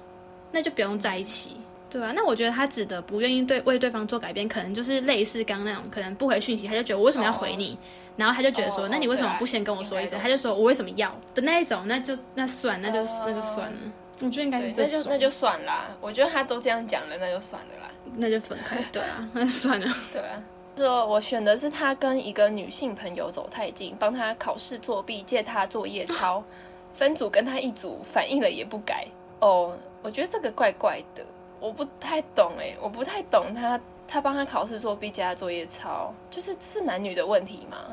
S2: 那就不用在一起。对啊，那我觉得他指的不愿意对为对方做改变，可能就是类似刚刚那种，可能不回讯息，他就觉得我为什么要回你，然后他就觉得说，
S1: 哦
S2: 那你为什么
S1: 对啊
S2: 不先跟我说一
S1: 应
S2: 声？
S1: 该
S2: 他就说我为什么要的那一种，那就那算，那就、
S1: 哦
S2: 那就算了。我觉得应该
S1: 对
S2: 是，这
S1: 那
S2: 种，
S1: 就哦那就算啦。我觉得他都这样讲了，那就算了啦。
S2: 那就分开，对啊， 那就算了。
S1: 对啊，说我选的是他跟一个女性朋友走太近，帮他考试作弊，借他作 业抄，分组跟他一组，反应了也不改。哦，我觉得这个怪怪的，我不太懂哎、我不太懂他他帮他考试作弊，借他作业抄，就是这是男女的问题吗？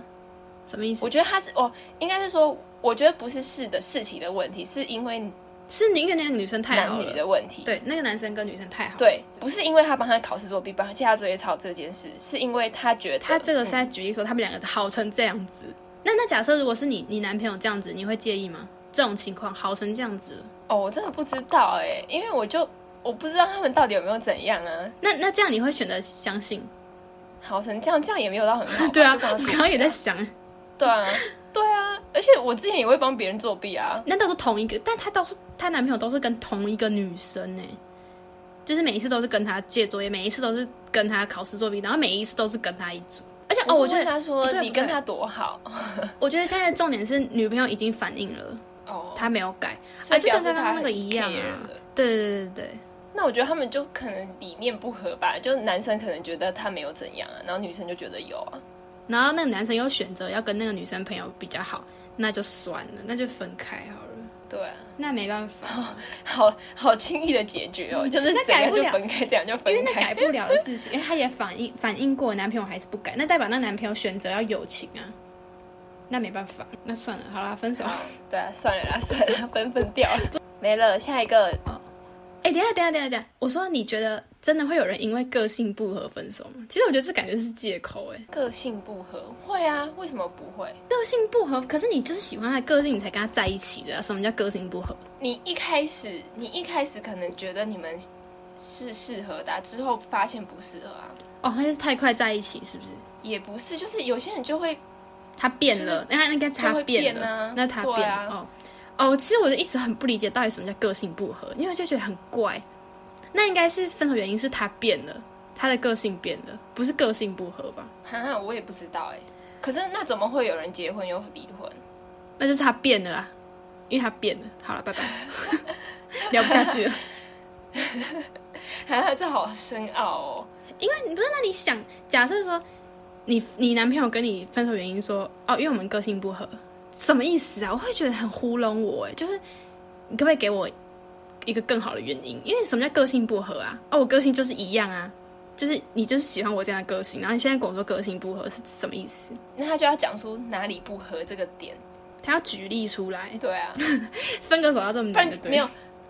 S2: 什么意思
S1: 我？觉得他是哦，应该是说，我觉得不是事的事情的问题，是因为
S2: 是你跟那个女生太
S1: 男
S2: 好
S1: 女
S2: 了，
S1: 的问题。
S2: 对，那个男生跟女生太好了。
S1: 对，不是因为他帮他考试作弊，帮他借他作业抄这件事，是因为他觉得
S2: 他这个是
S1: 嗯
S2: 在举例说他们两个好成这样子。那那假设如果是你，你男朋友这样子，你会介意吗？这种情况好成这样子了，
S1: 哦，我真的不知道哎、因为我就我不知道他们到底有没有怎样啊，
S2: 那那这样你会选择相信？
S1: 好成这样，这样也没有到很好吧。
S2: 对啊，
S1: 就帮他
S2: 我
S1: 作
S2: 刚刚
S1: 弊
S2: 也在
S1: 啊
S2: 想，
S1: 对啊，对啊，而且我之前也会帮别人作弊啊。
S2: 那都是同一个，但她都是她男朋友都是跟同一个女生呢、就是每一次都是跟她借作业，每一次都是跟她考试作弊，然后每一次都是跟她一组。而且哦，我
S1: 我
S2: 觉
S1: 就问
S2: 得，
S1: 他说
S2: 不对
S1: 你
S2: 不
S1: 跟
S2: 对
S1: 他多好
S2: 我觉得现在重点是女朋友已经反应了，
S1: 哦，
S2: 她没有改，
S1: 所
S2: 而
S1: 以
S2: 且
S1: 表
S2: 啊跟
S1: 示
S2: 刚
S1: 他
S2: 刚那个
S1: 很
S2: 一样啊
S1: care 的。
S2: 对对对对对，
S1: 那我觉得他们就可能理念不合吧，就男生可能觉得他没有怎样啊，然后女生就觉得有啊。
S2: 然后那个男生又选择要跟那个女生朋友比较好，那就算了，那就分开好了，
S1: 对啊，
S2: 那没办法。
S1: 好好轻易的解决 哦，就是
S2: 那
S1: 怎
S2: 改
S1: 样
S2: 不
S1: 就
S2: 了
S1: 分开，怎样就分开。
S2: 因为那改不了的事情，因 哎为她也反映反映过，男朋友还是不改，那代表那男朋友选择要友情啊，那没办法，那算了，好啦，分手。哎、
S1: 对啊，算了啦，算了啦，分分掉了，没了。下一个
S2: 哎等一下，等一下，等一下，等一下，我说你觉得真的会有人因为个性不合分手吗？其实我觉得这感觉是借口、哎，
S1: 个性不合，会啊？为什么不会？
S2: 个性不合，可是你就是喜欢他的个性，你才跟他在一起的、啊。什么叫个性不合？
S1: 你一开始，你一开始可能觉得你们是适合的啊、之后发现不适合啊，
S2: 哦，他就是太快在一起，是不是？
S1: 也不是，就是有些人就会
S2: 他变了，那、那应该是他
S1: 就会
S2: 变
S1: 变
S2: 了，
S1: 啊
S2: 那他
S1: 对
S2: 变了、
S1: 啊
S2: 哦哦。其实我就一直很不理解到底什么叫个性不合，因为我就觉得很怪。那应该是分手原因是他变了，他的个性变了，不是个性不合吧？
S1: 哈哈，我也不知道哎、可是那怎么会有人结婚又离婚？
S2: 那就是他变了啊，因为他变了。好了，拜 拜，聊不下去了。
S1: 哈哈，这好深奥哦。
S2: 那你想，假设说你你男朋友跟你分手原因说哦，因为我们个性不合，什么意思啊？我会觉得很糊弄我哎，就是你可不可以给我一个更好的原因？因为什么叫个性不合啊？哦，我个性就是一样啊，就是你就是喜欢我这样的个性，然后你现在跟我说个性不合是什么意思？
S1: 那他就要讲出哪里不合这个点。
S2: 他要举例出来，
S1: 对啊，
S2: 分个手要这么
S1: 不
S2: 难
S1: 然
S2: 的，对？
S1: 没有，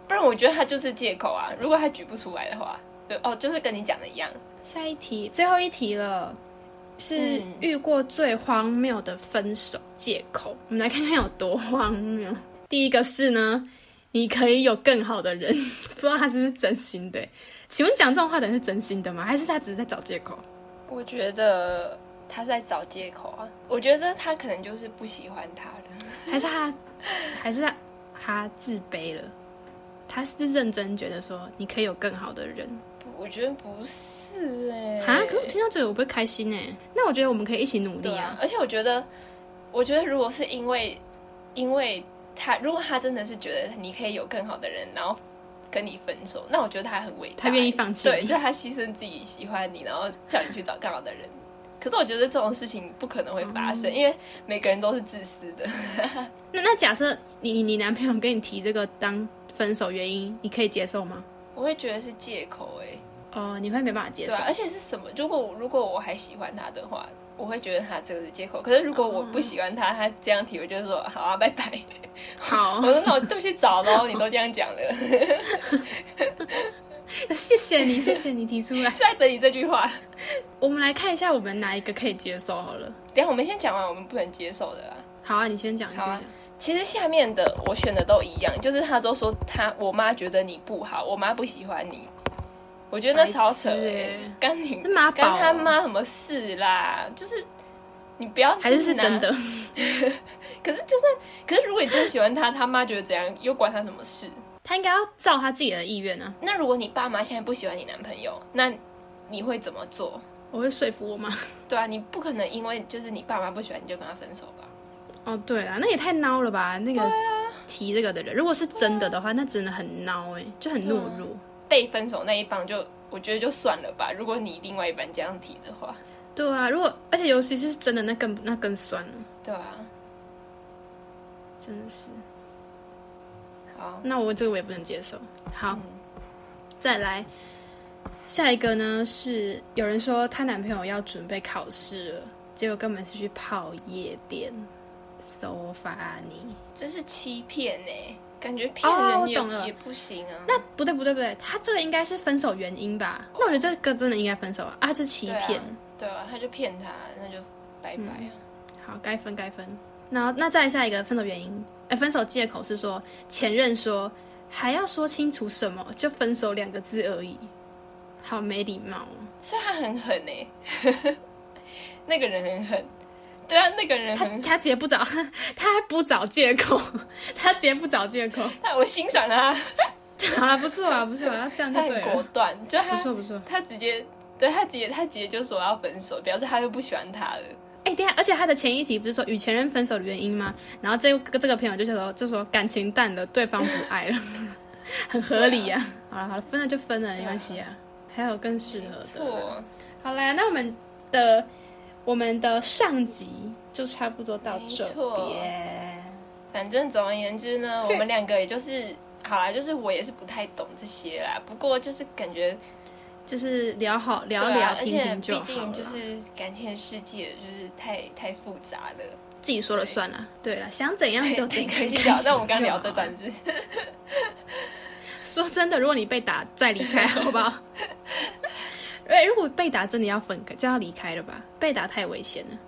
S1: 不然我觉得他就是借口啊。如果他举不出来的话，对哦，就是跟你讲的一样。
S2: 下一题，最后一题了。是
S1: 嗯
S2: 遇过最荒谬的分手借口。我们来看看有多荒谬。第一个是呢，你可以有更好的人， 不知道他是不是真心的欸、请问讲这种话的人是真心的吗？还是他只是在找借口？
S1: 我觉得他在找借口啊，我觉得他可能就是不喜欢他了。
S2: 还是他，还是他，他自卑了？他是认真觉得说你可以有更好的人
S1: 不我觉得不是哎、
S2: 啊？可是我听到这个我不会开心哎、那我觉得我们可以一起努力
S1: 对啊
S2: 啊，
S1: 而且我觉得，我觉得如果是因为，因为他如果他真的是觉得你可以有更好的人，然后跟你分手，那我觉得他很伟大，
S2: 他愿意放弃
S1: 对，
S2: 你
S1: 就他牺牲自己喜欢你，然后叫你去找更好的人。可是我觉得这种事情不可能会发
S2: 哦
S1: 生，因为每个人都是自私的。
S2: 那那假设你你你男朋友跟你提这个当分手原因，你可以接受吗？
S1: 我会觉得是借口哎、
S2: 哦、你会没办法接
S1: 对
S2: 受
S1: 啊，。而且是什么？如果我如果我还喜欢他的话，我会觉得他这个是借口。可是如果我
S2: 哦
S1: 不喜欢他，他这样提，我就说好啊，拜拜。
S2: 好哦
S1: 我，说那我就去找喽，你都这样讲了，
S2: 谢谢你，谢谢你提出来
S1: 就。在等你这句话。
S2: 我们来看一下我们哪一个可以接受好了。
S1: 等一下我们先讲完我们不能接受的啦。
S2: 好啊，你先讲，你先
S1: 好啊
S2: 讲。
S1: 其实下面的我选的都一样，就是他都说他我妈觉得你不好，我妈不喜欢你。我觉得那超扯、
S2: 白痴
S1: 欸
S2: 欸，
S1: 跟你
S2: 是妈宝
S1: 跟
S2: 哦
S1: 他妈什么事啦？就是你不要
S2: 还是是
S1: 拿
S2: 真的？
S1: 可是就算，可是如果你真的喜欢他，他妈觉得怎样又关他什么事？
S2: 他应该要照他自己的意愿啊。
S1: 那如果你爸妈现在不喜欢你男朋友，那你会怎么做？
S2: 我会说服我妈。
S1: 对啊，你不可能因为就是你爸妈不喜欢你就跟他分手吧？
S2: 哦，对啦，那也太孬了吧？那个提这个的人，如果是真的的话，那真的很孬哎、就很懦弱。
S1: 被分手那一方就我觉得就算了吧。如果你另外一半这样提的话，
S2: 对啊，如果而且尤其是真的，那更那更酸了，
S1: 对啊，
S2: 真的是。
S1: 好，
S2: 那我这个我也不能接受。好，再
S1: 嗯
S2: 来下一个呢？是有人说她男朋友要准备考试了，结果根本是去泡夜店。so funny！
S1: 这是欺骗呢、感觉骗人也、
S2: 哦我懂了
S1: 也不行啊。
S2: 那不对不对不对，他这个应该是分手原因吧？那我觉得这个真的应该分手啊！啊，就是欺
S1: 对
S2: 骗。
S1: 啊对啊，他就骗他，那就拜拜
S2: 嗯
S1: 啊。
S2: 好，该分该分。然后那再下一个分手原因，哎，分手借口是说前任说还要说清楚什么，就分手两个字而已，好没礼貌哦。
S1: 所以他很狠呢、 那个人很狠。对啊，那个人
S2: 他
S1: 很
S2: 他直接不找， 他还不找借口， 他直接不找借口。
S1: 他，我欣赏他，
S2: 好了，不错啊，不错啊，这样就
S1: 他
S2: 对
S1: 很果
S2: 了，
S1: 断，就
S2: 不
S1: 他
S2: 错不错。
S1: 他直接对他直接他直接就说要分手，表示他又不喜欢他了。
S2: 哎、等一下，而且他的前一题不是说与前任分手的原因吗？然后这个这个朋友就说就说感情淡了，对方不爱了， 很合理呀、好了好了，分了就分了，没关系啊，还有更适合
S1: 没
S2: 的啦。
S1: 错，
S2: 好啦，那我们的我们的上集就差不多到这
S1: 没错
S2: 边。
S1: 反正总而言之呢，我们两个也就是好啦，就是我也是不太懂这些啦，不过就是感觉
S2: 就是聊好聊
S1: 对
S2: 聊、
S1: 啊、
S2: 听听就
S1: 而且毕
S2: 好
S1: 竟
S2: 了，
S1: 就是感情世界就是太太复杂了，
S2: 自己说了算了。对了，想怎样 就
S1: 哎可
S2: 怎
S1: 以
S2: 样。
S1: 聊。但我们刚刚聊这段
S2: 开始
S1: 是，
S2: 就好了，说真的，如果你被打，再离开好 不好？哎，如果被打，真的要分开，就要离开了吧？被打太危险了。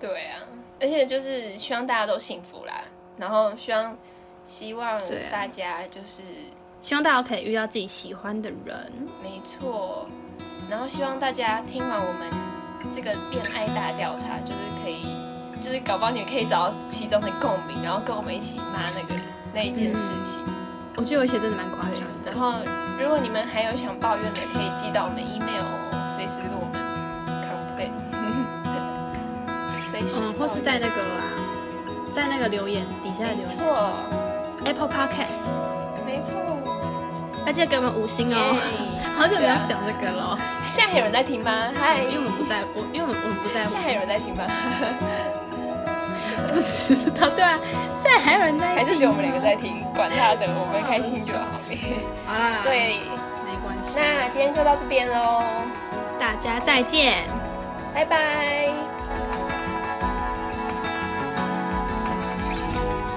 S1: 对啊，而且就是希望大家都幸福啦，然后希望希望
S2: 对啊
S1: 大家就是。
S2: 希望大家可以遇到自己喜欢的人。
S1: 没错，然后希望大家听完我们这个恋爱大调查，就是可以，就是搞不好你可以找到其中的共鸣，然后跟我们一起骂那个那一件事情。
S2: 我觉得有一些真的蛮夸张
S1: 然
S2: 的。
S1: 后，如果你们还有想抱怨的，可以寄到我们 email，哦随时跟我们 complain，随时抱怨
S2: 嗯，或是在那个啊，在那个留言底下
S1: 没
S2: 留言
S1: 错，
S2: ，Apple Podcast，
S1: 没错，
S2: 大家给我们五星哦。
S1: 耶
S2: 好久没有讲这个了，
S1: 现在还有人在听吗？嗨，
S2: 因为我们不在，我因为我们我们不在
S1: 啊现
S2: 乎
S1: 在，还有人在听吗？
S2: 不知道。对啊，现在还有人在
S1: 还是只
S2: 听
S1: 有我们两个在听，管他的，我们开心就好。
S2: 好啦，，
S1: 对，
S2: 没关系。
S1: 那今天就到这边喽，
S2: 大家再见。
S1: 拜拜。